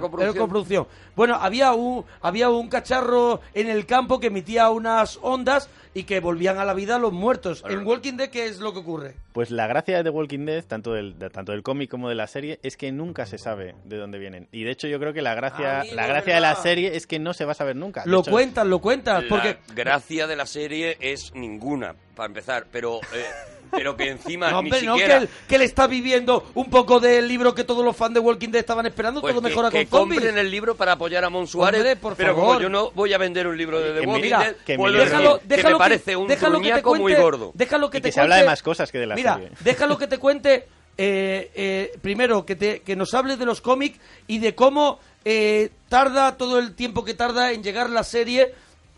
Speaker 2: coproducción.
Speaker 3: ¿era
Speaker 2: Era coproducción. Bueno, había un, había un cacharro en el campo que emitía unas ondas y que volvían a la vida los muertos. En Walking Dead, ¿qué es lo que ocurre?
Speaker 4: Pues la gracia de The Walking Dead, tanto del, de- tanto del cómic como de la serie, es que nunca se sabe de dónde vienen. Y de hecho yo creo que la gracia,
Speaker 2: Amigo,
Speaker 4: la gracia de la
Speaker 2: ¿verdad?
Speaker 4: serie es que no se va a saber nunca. De
Speaker 2: Lo
Speaker 4: hecho,
Speaker 2: cuentas, lo cuentas.
Speaker 3: La
Speaker 2: Porque
Speaker 3: gracia de la serie es ninguna, para empezar, pero, eh, pero que encima
Speaker 2: No,
Speaker 3: Ah, ni
Speaker 2: hombre, no, que
Speaker 3: siquiera...
Speaker 2: él, que él está viviendo un poco del libro que todos los fans de Walking Dead estaban esperando,
Speaker 3: pues
Speaker 2: todo
Speaker 3: que,
Speaker 2: mejora
Speaker 3: que
Speaker 2: con zombies.
Speaker 3: compren el libro para apoyar a Monsuárez,
Speaker 2: Hombre, por
Speaker 3: pero como
Speaker 2: favor.
Speaker 3: yo no voy a vender un libro de The
Speaker 4: Que
Speaker 3: Walking
Speaker 4: mira,
Speaker 3: Dead,
Speaker 4: que
Speaker 3: vuelvo a
Speaker 4: Emilio-
Speaker 3: decir
Speaker 2: Déjalo,
Speaker 3: que
Speaker 2: déjalo
Speaker 3: me
Speaker 2: que-
Speaker 3: parece un
Speaker 2: déjalo que te
Speaker 3: gruñaco muy
Speaker 2: cuente-
Speaker 3: gordo.
Speaker 2: Déjalo que
Speaker 4: Y
Speaker 2: te
Speaker 4: que se habla de
Speaker 2: cuente-
Speaker 4: más cosas que de la
Speaker 2: Mira,
Speaker 4: serie.
Speaker 2: déjalo que te cuente eh, eh, primero que te que nos hables de los cómics y de cómo eh, tarda todo el tiempo que tarda en llegar la serie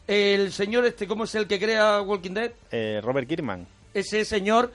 Speaker 2: el señor este cómo es el que crea Walking Dead
Speaker 4: eh, Robert Kirkman.
Speaker 2: ese señor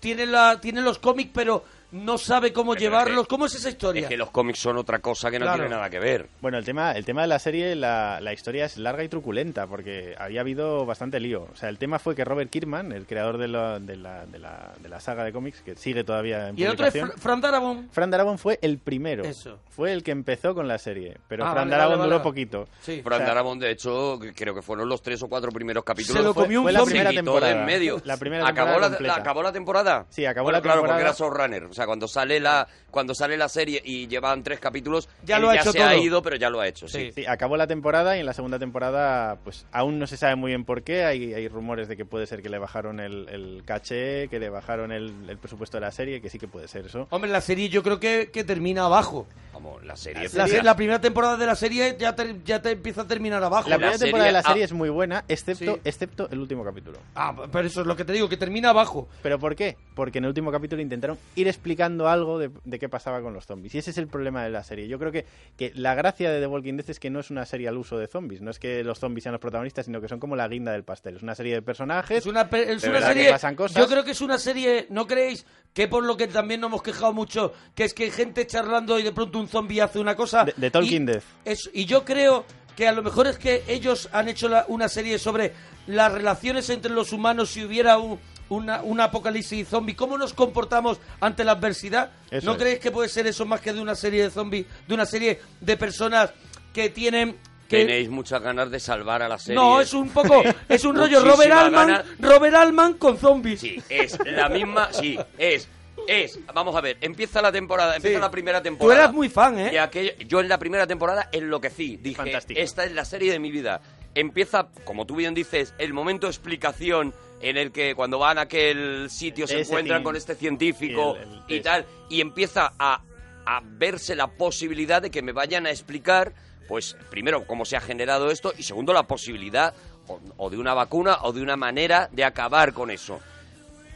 Speaker 2: tiene la tiene los cómics pero no sabe cómo
Speaker 3: Pero es
Speaker 2: llevarlos
Speaker 3: que-
Speaker 2: cómo es esa historia
Speaker 3: Es que los cómics son otra cosa que no
Speaker 2: Claro.
Speaker 3: tiene nada que ver.
Speaker 4: Bueno, el tema, el tema de la serie, la, la historia es larga y truculenta, porque había habido bastante lío. O sea, el tema fue que Robert Kirkman, el creador de la, de la, de la, de la saga de cómics, que sigue todavía en
Speaker 2: y el otro es
Speaker 4: publicación...
Speaker 2: Fr- Fran Darabont
Speaker 4: Fran Darabont fue el primero.
Speaker 2: Eso.
Speaker 4: Fue el que empezó con la serie. Pero
Speaker 2: Ah,
Speaker 4: Fran
Speaker 2: vale,
Speaker 4: Darabont
Speaker 2: vale,
Speaker 4: duró
Speaker 2: vale.
Speaker 4: poquito.
Speaker 2: sí
Speaker 3: Fran
Speaker 4: O sea-
Speaker 3: Darabont, de hecho, que- creo que fueron los tres o cuatro primeros capítulos.
Speaker 2: Se lo
Speaker 4: Fue-
Speaker 2: comió un
Speaker 4: fue la
Speaker 2: zombie.
Speaker 4: primera
Speaker 3: Se quitó
Speaker 4: temporada.
Speaker 3: de en medio.
Speaker 4: La primera
Speaker 3: acabó
Speaker 4: temporada
Speaker 3: la,
Speaker 4: completa.
Speaker 3: la- acabó la temporada.
Speaker 4: Sí, acabó
Speaker 3: Bueno,
Speaker 4: la
Speaker 3: claro,
Speaker 4: temporada.
Speaker 3: porque era showrunner. O sea, cuando sale la cuando sale la serie y llevan tres capítulos,
Speaker 2: Ya
Speaker 3: él
Speaker 2: lo ha
Speaker 3: ya
Speaker 2: hecho
Speaker 3: se ha
Speaker 2: todo.
Speaker 3: ido, pero ya lo ha hecho. Sí.
Speaker 2: Sí.
Speaker 4: Sí, acabó la temporada y en la segunda temporada, pues aún no se sabe muy bien por qué. Hay, hay rumores de que puede ser que le bajaron el, el caché, que le bajaron el, el presupuesto de la serie, que sí que puede ser eso.
Speaker 2: hombre la serie yo creo que, que termina abajo
Speaker 3: Vamos, la serie.
Speaker 2: la,
Speaker 3: primera-
Speaker 2: la primera temporada de la serie ya te, ya te empieza a terminar abajo
Speaker 4: La
Speaker 3: la
Speaker 4: primera temporada de la
Speaker 3: serie-
Speaker 4: serie
Speaker 3: ah.
Speaker 4: es muy buena, excepto,
Speaker 2: Sí.
Speaker 4: excepto el último capítulo.
Speaker 2: Ah, pero eso es lo que te digo, que termina abajo.
Speaker 4: ¿Pero por qué? Porque en el último capítulo intentaron ir explicando algo de, de qué pasaba con los zombies. Y ese es el problema de la serie. Yo creo que, que la gracia de The Walking Dead es que no es una serie al uso de zombies. No es que los zombies sean los protagonistas, sino que son como la guinda del pastel. Es una serie de personajes.
Speaker 2: Es una, pe- es
Speaker 4: De
Speaker 2: una
Speaker 4: verdad que
Speaker 2: serie.
Speaker 4: pasan cosas.
Speaker 2: Yo creo que es una serie, ¿no creéis? Que por lo que también nos hemos quejado mucho, que es que hay gente charlando y de pronto un zombie hace una cosa.
Speaker 4: De- de Talking
Speaker 2: y,
Speaker 4: Dead.
Speaker 2: es- y yo creo que a lo mejor es que ellos han hecho la- una serie sobre las relaciones entre los humanos si hubiera un, una- un apocalipsis zombie, cómo nos comportamos ante la adversidad.
Speaker 4: Eso
Speaker 2: ¿No
Speaker 4: es.
Speaker 2: creéis que puede ser eso más que de una serie de zombies, de una serie de personas que tienen. que-
Speaker 3: Tenéis muchas ganas de salvar a la serie.
Speaker 2: No, es un poco, es un rollo
Speaker 3: Muchísima
Speaker 2: Robert Altman,
Speaker 3: gana.
Speaker 2: Robert Altman con zombies.
Speaker 3: Sí, es la misma. Sí, es. Es, vamos a ver, empieza la temporada, empieza
Speaker 2: Sí.
Speaker 3: la primera
Speaker 2: Tú
Speaker 3: temporada.
Speaker 2: eras muy fan, ¿eh?
Speaker 3: Y aquello- yo en la primera temporada enloquecí. Dije,
Speaker 4: Fantástico.
Speaker 3: esta es la serie de mi vida. Empieza, como tú bien dices, el momento de explicación en el que cuando van a aquel sitio se
Speaker 4: Ese
Speaker 3: encuentran
Speaker 4: cien-
Speaker 3: con este científico
Speaker 4: el- el-
Speaker 3: y
Speaker 4: ese.
Speaker 3: tal, y empieza a, a verse la posibilidad de que me vayan a explicar, pues, primero, cómo se ha generado esto y segundo, la posibilidad o- o de una vacuna o de una manera de acabar con eso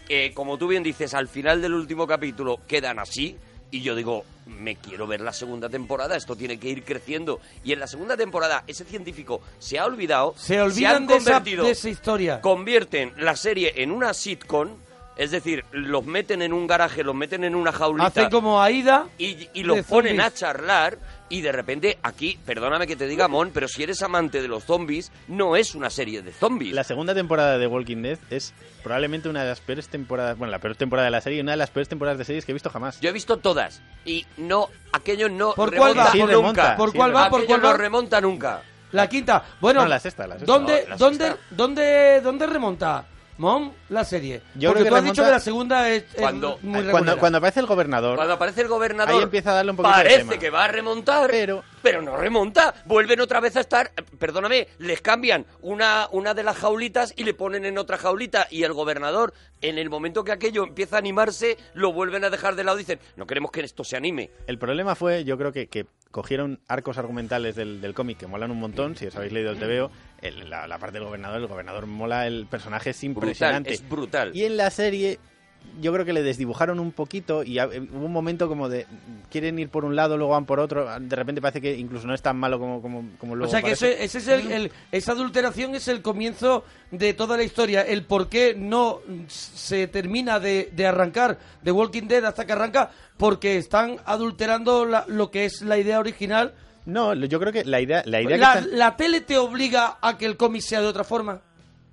Speaker 3: eh, como tú bien dices, al final del último capítulo quedan así. Y yo digo, me quiero ver la segunda temporada, esto tiene que ir creciendo. Y en la segunda temporada, ese científico se ha olvidado,
Speaker 2: Se olvidan
Speaker 3: han
Speaker 2: de, esa,
Speaker 3: convertido,
Speaker 2: de esa historia.
Speaker 3: convierten la serie en una sitcom, es decir, los meten en un garaje, los meten en una jaulita
Speaker 2: Hacen como Aida.
Speaker 3: y, y
Speaker 2: de
Speaker 3: los ponen
Speaker 2: zombies.
Speaker 3: a charlar y de repente aquí, perdóname que te diga, Mon, pero si eres amante de los zombies, no es una serie de zombies.
Speaker 4: La segunda temporada de The Walking Dead es probablemente una de las peores temporadas, bueno, la peor temporada de la serie, y una de las peores temporadas de series que he visto jamás.
Speaker 3: Yo he visto todas y no, aquello no
Speaker 2: ¿Por cuál
Speaker 3: remonta
Speaker 2: va? Sí,
Speaker 3: nunca.
Speaker 4: remonta,
Speaker 2: ¿Por
Speaker 4: sí,
Speaker 2: cuál va? ¿Por
Speaker 3: Aquello
Speaker 2: cuál
Speaker 3: no
Speaker 2: va?
Speaker 3: remonta nunca.
Speaker 2: La quinta. Bueno,
Speaker 4: No, la sexta, la sexta.
Speaker 2: ¿dónde,
Speaker 3: No, la
Speaker 2: dónde,
Speaker 3: sexta.
Speaker 2: ¿dónde, ¿Dónde remonta, Mom, la serie?
Speaker 4: Yo
Speaker 2: Porque
Speaker 4: creo que
Speaker 2: tú has
Speaker 4: remonta-
Speaker 2: dicho que la segunda es, es
Speaker 3: Cuando-
Speaker 2: muy
Speaker 4: Cuando,
Speaker 2: regulera.
Speaker 4: cuando aparece el gobernador,
Speaker 3: Cuando aparece el gobernador,
Speaker 4: Ahí empieza a darle un poquito de
Speaker 3: parece
Speaker 4: tema.
Speaker 3: que va a remontar,
Speaker 4: Pero-
Speaker 3: pero... no remonta. Vuelven otra vez a estar, eh, perdóname, les cambian una, una de las jaulitas y le ponen en otra jaulita y el gobernador, en el momento que aquello empieza a animarse, lo vuelven a dejar de lado y dicen, no queremos que esto se anime.
Speaker 4: El problema fue, yo creo que, que cogieron arcos argumentales del, del cómic que molan un montón, si os habéis leído el TVO, el- la, la parte del gobernador, el gobernador mola, el personaje es impresionante.
Speaker 3: es brutal.
Speaker 4: Y en la serie yo creo que le desdibujaron un poquito y ha- eh, hubo un momento como de mm, quieren ir por un lado, luego van por otro, de repente parece que incluso no es tan malo como, como, como
Speaker 2: o
Speaker 4: luego
Speaker 2: sea que
Speaker 4: parece. Mm.
Speaker 2: eso- ese es el- el- esa adulteración es el comienzo de toda la historia. El por qué no se termina de, de arrancar de Walking Dead hasta que arranca, porque están adulterando la- lo que es la idea original.
Speaker 4: No, yo creo que la idea... La idea que
Speaker 2: La,
Speaker 4: están-
Speaker 2: la tele te obliga a que el cómic sea de otra forma.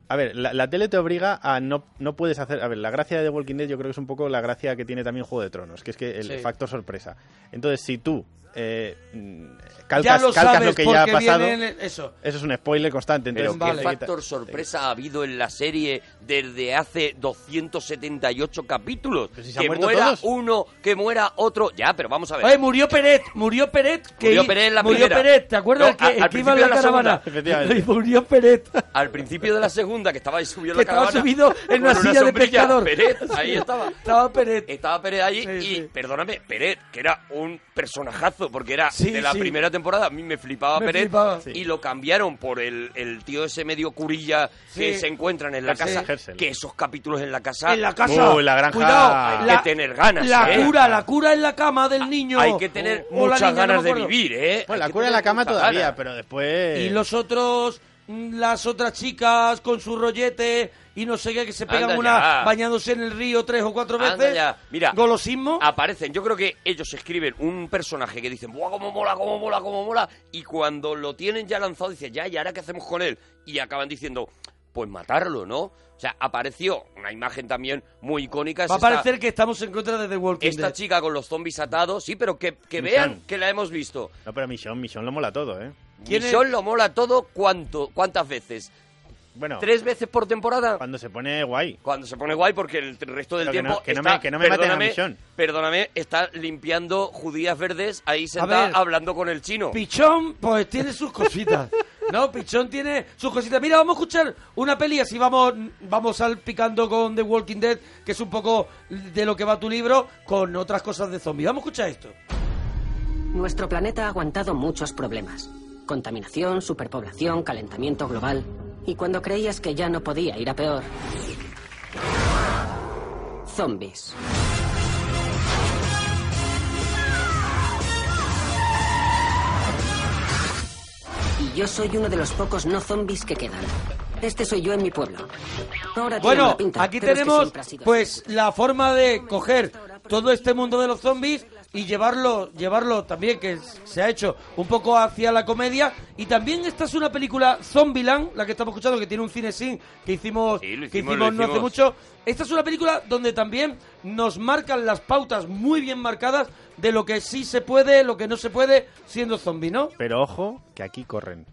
Speaker 4: A ver, la, la tele te obliga a no, no puedes hacer. A ver, la gracia de The Walking Dead yo creo que es un poco la gracia que tiene también Juego de Tronos, que es que el
Speaker 2: Sí.
Speaker 4: factor sorpresa. Entonces, si tú eh, mm,
Speaker 2: ya
Speaker 4: calcas,
Speaker 2: lo
Speaker 4: calcas
Speaker 2: sabes
Speaker 4: lo que ya ha
Speaker 2: porque
Speaker 4: pasado,
Speaker 2: viene el- eso.
Speaker 4: eso es un spoiler constante.
Speaker 3: Pero
Speaker 4: entonces,
Speaker 3: ¿qué
Speaker 2: Vale.
Speaker 4: que-
Speaker 3: factor sorpresa ha habido en la serie desde hace 278 capítulos?
Speaker 4: Pero si se han
Speaker 3: que
Speaker 4: muerto
Speaker 3: muera
Speaker 4: todos.
Speaker 3: uno, que muera otro. Ya, pero vamos a ver.
Speaker 2: Oye, murió Peret, murió Peret. Que
Speaker 3: Murió
Speaker 2: i-
Speaker 3: Peret en la
Speaker 2: murió
Speaker 3: primera.
Speaker 2: Peret, ¿te acuerdas?
Speaker 3: No,
Speaker 2: el que,
Speaker 3: a-
Speaker 2: el
Speaker 3: al
Speaker 2: que iba
Speaker 3: principio
Speaker 2: en la
Speaker 3: de la
Speaker 2: caravana.
Speaker 4: segunda, efectivamente.
Speaker 2: murió Peret.
Speaker 3: Al principio de la segunda, que estaba ahí subido en
Speaker 2: Que
Speaker 3: la
Speaker 2: estaba
Speaker 3: caravana.
Speaker 2: subido en
Speaker 3: con
Speaker 2: una silla de
Speaker 3: sombrilla,
Speaker 2: pescador.
Speaker 3: Peret, ahí estaba.
Speaker 2: Estaba Peret.
Speaker 3: Estaba Pérez allí
Speaker 2: Sí,
Speaker 3: y,
Speaker 2: sí.
Speaker 3: perdóname, Pérez, que era un personajazo, porque era
Speaker 2: Sí,
Speaker 3: de la
Speaker 2: sí.
Speaker 3: primera temporada, a mí me flipaba
Speaker 2: Me
Speaker 3: Pérez,
Speaker 2: flipaba.
Speaker 3: y lo cambiaron por el, el tío ese medio curilla que
Speaker 2: Sí.
Speaker 3: se encuentran en la
Speaker 4: Hersel,
Speaker 3: casa,
Speaker 4: Hersel.
Speaker 3: que esos capítulos en la casa...
Speaker 2: En la casa.
Speaker 3: Oh,
Speaker 4: Uh, la granja.
Speaker 2: Cuidado,
Speaker 4: Hay
Speaker 3: que tener ganas,
Speaker 2: La
Speaker 3: ¿eh? Ah,
Speaker 2: cura, la cura en la cama del niño.
Speaker 3: Hay que tener
Speaker 2: O la
Speaker 3: muchas
Speaker 2: niña, no me
Speaker 3: ganas de
Speaker 2: acuerdo.
Speaker 3: vivir, ¿eh?
Speaker 4: Bueno,
Speaker 3: Hay
Speaker 4: Pues la
Speaker 3: que
Speaker 4: cura de
Speaker 3: tener
Speaker 4: la cama
Speaker 3: muchas
Speaker 4: todavía,
Speaker 3: ganas.
Speaker 4: pero después.
Speaker 2: Y los otros, mm, las otras chicas con su rollete y no sé qué, que se pegan
Speaker 3: Anda
Speaker 2: una
Speaker 3: ya.
Speaker 2: bañándose en el río tres o cuatro
Speaker 3: Anda
Speaker 2: veces.
Speaker 3: ya. Mira,
Speaker 2: Golosismo.
Speaker 3: Aparecen, yo creo que ellos escriben un personaje que dicen, ¡buah, cómo mola, cómo mola, cómo mola! Y cuando lo tienen ya lanzado, dicen, ya, ¿y ahora qué hacemos con él? Y acaban diciendo, pues matarlo, ¿no? O sea, apareció una imagen también muy icónica. es
Speaker 2: Va a
Speaker 3: esta-
Speaker 2: parecer que estamos en contra de The Walking
Speaker 3: Esta
Speaker 2: Dead.
Speaker 3: chica con los zombies atados, sí, pero que, que
Speaker 4: Michonne.
Speaker 3: vean que la hemos visto.
Speaker 4: No, pero Michonne, Michonne lo mola todo, ¿eh?
Speaker 2: ¿Quién es?
Speaker 3: Misión lo mola todo, ¿cuánto, ¿cuántas veces?
Speaker 4: Bueno,
Speaker 3: ¿Tres veces por temporada?
Speaker 4: cuando se pone guay.
Speaker 3: Cuando se pone guay, porque el resto del
Speaker 4: Pero que
Speaker 3: tiempo.
Speaker 4: no- que no
Speaker 3: está-
Speaker 4: me- que no me maten a
Speaker 3: perdóname,
Speaker 4: Michonne.
Speaker 3: Perdóname, está limpiando judías verdes ahí sentada
Speaker 2: ver.
Speaker 3: hablando con el chino.
Speaker 2: Pichón, pues tiene sus cositas. No, Pichón tiene sus cositas. Mira, vamos a escuchar una peli, así vamos, vamos salpicando con The Walking Dead, que es un poco de lo que va tu libro, con otras cosas de zombies. Vamos a escuchar esto.
Speaker 5: Nuestro planeta ha aguantado muchos problemas. Contaminación, superpoblación, calentamiento global. Y cuando creías que ya no podía ir a peor... Zombies. Y yo soy uno de los pocos no zombies que quedan. Este soy yo en mi pueblo. Ahora tiene
Speaker 2: Bueno,
Speaker 5: mala pinta,
Speaker 2: aquí
Speaker 5: pero es que
Speaker 2: tenemos
Speaker 5: siempre ha sido así.
Speaker 2: pues la forma de coger todo este mundo de los zombies y llevarlo, llevarlo también que se ha hecho un poco hacia la comedia y también esta es una película Zombieland, la que estamos escuchando que tiene un cine sin que hicimos,
Speaker 3: Sí, lo
Speaker 2: que
Speaker 3: hicimos,
Speaker 2: hicimos
Speaker 3: lo
Speaker 2: no hace
Speaker 3: hicimos.
Speaker 2: mucho. Esta es una película donde también nos marcan las pautas muy bien marcadas de lo que sí se puede, lo que no se puede siendo zombie, ¿no?
Speaker 4: Pero ojo, que aquí corren.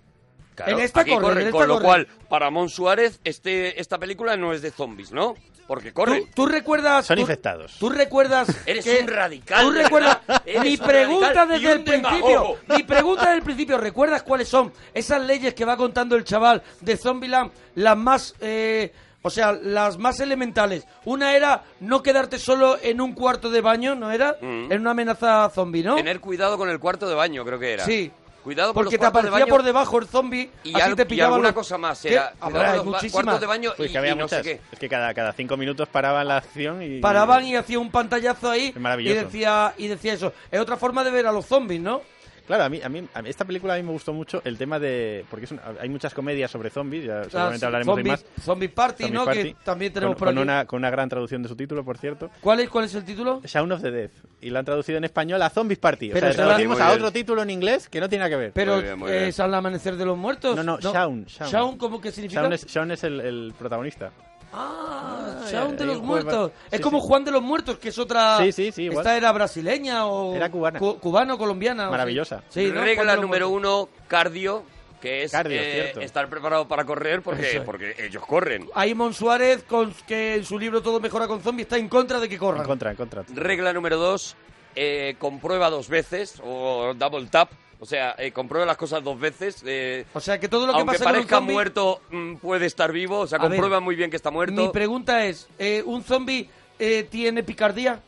Speaker 3: Claro,
Speaker 2: En esta
Speaker 3: aquí
Speaker 2: corren,
Speaker 3: corren,
Speaker 2: en
Speaker 3: con
Speaker 2: esta
Speaker 3: lo
Speaker 2: corren.
Speaker 3: cual, para Mon Suárez, este, esta película no es de zombies, ¿no? Porque corre.
Speaker 2: ¿Tú, tú recuerdas?
Speaker 4: Son
Speaker 2: tú-
Speaker 4: infectados.
Speaker 2: ¿Tú recuerdas?
Speaker 3: Eres
Speaker 2: que-
Speaker 3: un radical,
Speaker 2: ¿Tú
Speaker 3: de
Speaker 2: recuerdas?
Speaker 3: verdad. Eres
Speaker 2: mi
Speaker 3: un
Speaker 2: pregunta
Speaker 3: radical y
Speaker 2: desde el
Speaker 3: un
Speaker 2: principio.
Speaker 3: demagogo.
Speaker 2: Mi pregunta desde el principio. ¿Recuerdas cuáles son esas leyes que va contando el chaval de Zombieland? Las más. eh, o sea, las más elementales. Una era no quedarte solo en un cuarto de baño, ¿no era?
Speaker 3: Mm.
Speaker 2: En una amenaza zombie, ¿no?
Speaker 3: Tener cuidado con el cuarto de baño, creo que era.
Speaker 2: Sí.
Speaker 3: Cuidado con
Speaker 2: Porque
Speaker 3: los
Speaker 2: te
Speaker 3: cuartos de
Speaker 2: aparecía
Speaker 3: baño
Speaker 2: por debajo el zombie
Speaker 3: y,
Speaker 2: así
Speaker 3: al-
Speaker 2: te
Speaker 3: y
Speaker 2: pillaba
Speaker 3: alguna
Speaker 2: los-
Speaker 3: cosa más.
Speaker 2: ¿Qué?
Speaker 3: Era
Speaker 2: Habrá,
Speaker 3: cuidado
Speaker 2: hay
Speaker 3: con los ba-
Speaker 2: muchísimas.
Speaker 3: cuartos de baño
Speaker 4: Pues
Speaker 3: y,
Speaker 4: que había
Speaker 3: y no
Speaker 4: muchas.
Speaker 3: sé qué.
Speaker 4: Es que cada, cada cinco minutos paraban la acción y.
Speaker 2: Paraban y hacía un pantallazo ahí
Speaker 4: Es
Speaker 2: y
Speaker 4: maravilloso.
Speaker 2: decía, y decía eso. Es otra forma de ver a los zombies, ¿no?
Speaker 4: Claro, a mí, a mí a mí- esta película a mí me gustó mucho el tema de. Porque es un- hay muchas comedias sobre zombies, ya Pues seguramente hablaremos
Speaker 2: zombie,
Speaker 4: de más.
Speaker 2: Zombie Ah, Party,
Speaker 4: Zombie
Speaker 2: ¿no?
Speaker 4: Party,
Speaker 2: que también tenemos
Speaker 4: con,
Speaker 2: por
Speaker 4: con
Speaker 2: aquí.
Speaker 4: una, con una gran traducción de su título, por cierto.
Speaker 2: ¿Cuál, es, ¿Cuál es el título?
Speaker 4: Shaun of the Dead. Y la han traducido en español a Zombies Party.
Speaker 2: Pero
Speaker 4: o
Speaker 2: se
Speaker 4: sea,
Speaker 2: la-
Speaker 4: traducimos
Speaker 3: Muy
Speaker 4: a
Speaker 3: bien.
Speaker 4: otro título en inglés que no tiene nada que ver.
Speaker 2: Pero
Speaker 3: Muy bien, muy bien.
Speaker 2: eh, es al amanecer de los muertos.
Speaker 4: No, no, Shaun, Shaun.
Speaker 2: ¿cómo que significa?
Speaker 4: Shaun es, Shaun es el, el protagonista.
Speaker 2: Ah,
Speaker 4: Ah,
Speaker 2: Shaun
Speaker 4: ya,
Speaker 2: de
Speaker 4: ya,
Speaker 2: los
Speaker 4: ya,
Speaker 2: muertos.
Speaker 4: ya,
Speaker 2: es
Speaker 4: sí,
Speaker 2: como
Speaker 4: sí.
Speaker 2: Juan de los muertos, que es otra.
Speaker 4: Sí, sí, sí, igual.
Speaker 2: Esta era brasileña o.
Speaker 4: Era cubana.
Speaker 2: cubano, colombiana. o
Speaker 4: Maravillosa.
Speaker 2: sí. Sí, ¿no? Juan de
Speaker 3: Regla
Speaker 2: los
Speaker 3: número
Speaker 2: muertos.
Speaker 3: uno, cardio, que es
Speaker 4: Cardio,
Speaker 3: eh,
Speaker 4: cierto.
Speaker 3: estar preparado para correr porque,
Speaker 2: Eso es.
Speaker 3: porque ellos corren.
Speaker 2: Ahí Mon Suárez, con, que en su libro Todo mejora con zombies, está en contra de que corran.
Speaker 4: En contra, en contra.
Speaker 3: Regla número dos, eh, comprueba dos veces o double tap. O sea, eh, comprueba las cosas dos veces. eh,
Speaker 2: O sea, que Pues todo lo que
Speaker 3: aunque
Speaker 2: pasa con un
Speaker 3: parezca
Speaker 2: zombie-
Speaker 3: muerto, mm, puede estar vivo. O sea,
Speaker 2: A ver,
Speaker 3: comprueba muy bien que está
Speaker 2: Mi
Speaker 3: muerto.
Speaker 2: pregunta es: eh, ¿un zombie eh, tiene picardía?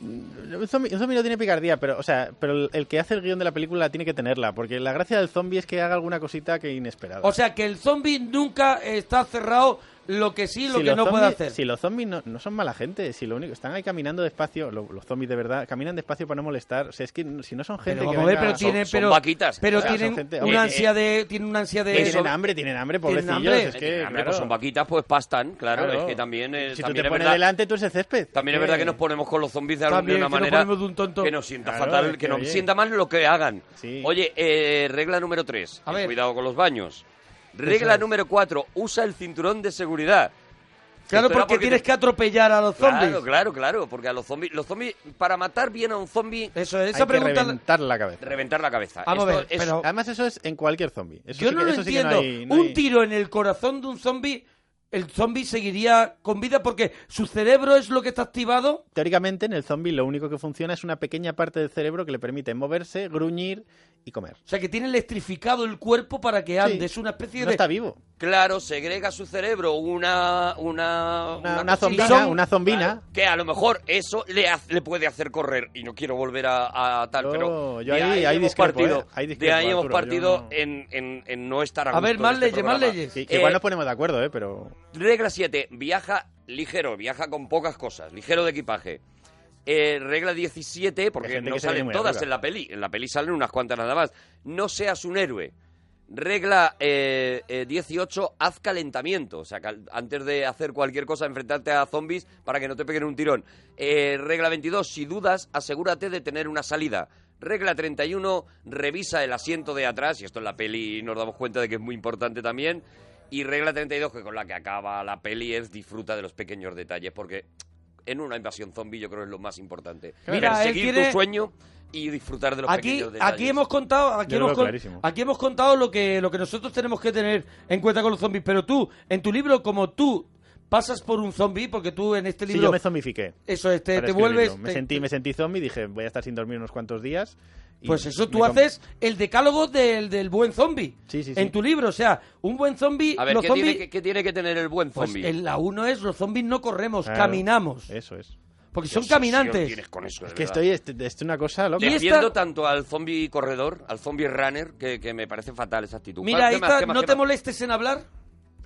Speaker 4: Un zombie, un zombie no tiene picardía, pero, o sea, pero el, el que hace el guión de la película tiene que tenerla, porque la gracia del zombie es que haga alguna cosita que inesperada.
Speaker 2: O sea, que el zombie nunca está cerrado lo que sí, lo que
Speaker 4: los
Speaker 2: no puede
Speaker 4: zombies-
Speaker 2: hacer.
Speaker 4: Si los zombies no, no son mala gente, si lo único están ahí caminando despacio, lo- los zombies de verdad caminan despacio para no molestar. O sea, es que n- si no son gente
Speaker 2: pero,
Speaker 4: que
Speaker 2: vamos a ver,
Speaker 4: venga-
Speaker 2: pero tiene,
Speaker 3: son
Speaker 2: pero,
Speaker 3: vaquitas.
Speaker 2: pero
Speaker 4: O sea, son
Speaker 2: tienen
Speaker 4: gente-
Speaker 2: una
Speaker 4: Eh,
Speaker 2: ansia de, tienen una ansia de.
Speaker 4: tienen
Speaker 3: eso-
Speaker 4: hambre, tienen hambre,
Speaker 2: Tienen
Speaker 4: pobrecillos.
Speaker 2: hambre.
Speaker 4: Es que,
Speaker 3: Tienen hambre,
Speaker 4: claro.
Speaker 3: pues son vaquitas, pues pastan, claro.
Speaker 4: Claro.
Speaker 3: Es que también es,
Speaker 4: si tú
Speaker 3: también
Speaker 4: te
Speaker 3: es
Speaker 4: pones
Speaker 3: verdad.
Speaker 4: delante, tú eres el césped.
Speaker 3: También es
Speaker 4: Eh,
Speaker 3: verdad que nos ponemos con los zombies de alguna
Speaker 2: También, que nos
Speaker 3: manera
Speaker 2: ponemos de un tonto.
Speaker 3: que nos sienta
Speaker 4: Claro,
Speaker 3: fatal,
Speaker 4: es
Speaker 3: que,
Speaker 4: que,
Speaker 3: nos
Speaker 4: oye.
Speaker 3: sienta mal lo que hagan.
Speaker 4: Sí.
Speaker 3: Oye, eh, regla número 3,
Speaker 2: A ver.
Speaker 3: cuidado con los baños. Regla número 4. Usa el cinturón de seguridad.
Speaker 2: Claro,
Speaker 3: Esto era
Speaker 2: porque tienes
Speaker 3: te-
Speaker 2: que atropellar a los zombies.
Speaker 3: Claro, claro, claro. Porque a los zombies. Los zombies. Para matar bien a un zombie.
Speaker 2: Eso es,
Speaker 4: Hay
Speaker 2: esa
Speaker 4: que
Speaker 2: pregunta.
Speaker 4: reventar la cabeza.
Speaker 3: Reventar la cabeza.
Speaker 2: Vamos a
Speaker 3: Esto
Speaker 2: ver,
Speaker 3: es-
Speaker 2: pero-
Speaker 4: Además, eso es en cualquier zombie. Eso
Speaker 2: Yo
Speaker 4: sí
Speaker 2: no
Speaker 4: que-
Speaker 2: lo
Speaker 4: eso sí que
Speaker 2: entiendo.
Speaker 4: hay- no
Speaker 2: un
Speaker 4: hay-
Speaker 2: tiro en el corazón de un zombie, el zombie seguiría con vida porque su cerebro es lo que está activado.
Speaker 4: Teóricamente, en el zombie lo único que funciona es una pequeña parte del cerebro que le permite moverse, gruñir y comer.
Speaker 2: O sea, que tiene electrificado el cuerpo para que ande.
Speaker 4: Sí.
Speaker 2: Es una especie
Speaker 4: No
Speaker 2: de...
Speaker 4: está vivo.
Speaker 3: Claro, segrega su cerebro una. Una.
Speaker 4: Una,
Speaker 3: una
Speaker 4: una
Speaker 3: cosita
Speaker 4: zombina, una zombina.
Speaker 3: Que a lo mejor eso le, hace- le puede hacer correr. Y no quiero volver a, a tal,
Speaker 4: Yo-
Speaker 3: pero.
Speaker 4: yo
Speaker 3: de
Speaker 4: ahí- ahí
Speaker 3: hemos
Speaker 4: discrepo,
Speaker 3: partido,
Speaker 4: ¿eh? Ahí
Speaker 3: de
Speaker 4: discrepo,
Speaker 3: ahí hemos
Speaker 4: Arturo, yo
Speaker 3: partido
Speaker 4: no-
Speaker 3: en, en- en no estar a,
Speaker 2: A
Speaker 3: gusto
Speaker 2: ver,
Speaker 3: en
Speaker 2: más
Speaker 3: este
Speaker 2: leyes, más
Speaker 3: programa.
Speaker 2: leyes.
Speaker 4: Sí, que
Speaker 3: Eh,
Speaker 4: igual nos ponemos de acuerdo, ¿eh? Pero
Speaker 3: Regla 7. Viaja ligero, viaja con pocas cosas, ligero de equipaje. Eh, regla 17,
Speaker 4: Hay
Speaker 3: porque
Speaker 4: gente
Speaker 3: no
Speaker 4: que se viene
Speaker 3: salen
Speaker 4: muy
Speaker 3: todas
Speaker 4: arriba.
Speaker 3: en la peli, en la peli salen unas cuantas nada más. No seas un héroe. Regla eh, eh, 18, haz calentamiento. O sea, cal- antes de hacer cualquier cosa, enfrentarte a zombies para que no te peguen un tirón. Eh, regla 22, si dudas, asegúrate de tener una salida. Regla 31, revisa el asiento de atrás. Y esto en la peli nos damos cuenta de que es muy importante también. Y regla 32, que con la que acaba la peli, es disfruta de los pequeños detalles. Porque en una invasión zombie yo creo que es lo más importante.
Speaker 2: Mira, él
Speaker 3: Perseguir
Speaker 2: tiene-
Speaker 3: tu sueño y disfrutar de los
Speaker 2: Aquí,
Speaker 3: pequeños detalles.
Speaker 2: aquí hemos contado, aquí
Speaker 4: Yo lo
Speaker 2: hemos,
Speaker 4: veo
Speaker 2: con-
Speaker 4: clarísimo.
Speaker 2: aquí hemos contado lo que, lo que nosotros tenemos que tener en cuenta con los zombies. Pero tú, en tu libro, como tú pasas por un zombie, porque tú en este
Speaker 4: si
Speaker 2: libro
Speaker 4: yo me zombifiqué.
Speaker 2: eso es, te,
Speaker 4: para
Speaker 2: te
Speaker 4: escribirlo.
Speaker 2: vuelves,
Speaker 4: Me
Speaker 2: te-
Speaker 4: sentí, me sentí zombie, dije, voy a estar sin dormir unos cuantos días. y
Speaker 2: Pues eso
Speaker 4: me
Speaker 2: tú
Speaker 4: com-
Speaker 2: haces el decálogo del, del buen zombie.
Speaker 4: Sí, sí, sí.
Speaker 2: En tu libro, o sea, un buen zombie,
Speaker 3: A ver,
Speaker 2: los
Speaker 3: ¿qué,
Speaker 2: zombies...
Speaker 3: tiene que, qué tiene que tener el buen
Speaker 2: Pues
Speaker 3: zombie?
Speaker 2: en la uno es, los zombies no corremos,
Speaker 4: Claro,
Speaker 2: pues caminamos.
Speaker 4: Eso es.
Speaker 2: Porque
Speaker 3: Qué
Speaker 2: son
Speaker 3: obsesión
Speaker 2: caminantes.
Speaker 3: tienes con eso, de
Speaker 4: Es que
Speaker 3: verdad.
Speaker 4: estoy, es, es una cosa loca.
Speaker 2: Y es-
Speaker 3: Defiendo
Speaker 2: esta-
Speaker 3: tanto al zombie corredor, al zombie runner, que, que me parece fatal esa actitud.
Speaker 2: Mira,
Speaker 3: Vale, ¿qué
Speaker 2: ahí
Speaker 3: más,
Speaker 2: está,
Speaker 3: qué más,
Speaker 2: no
Speaker 3: qué
Speaker 2: te
Speaker 3: más?
Speaker 2: molestes en hablar.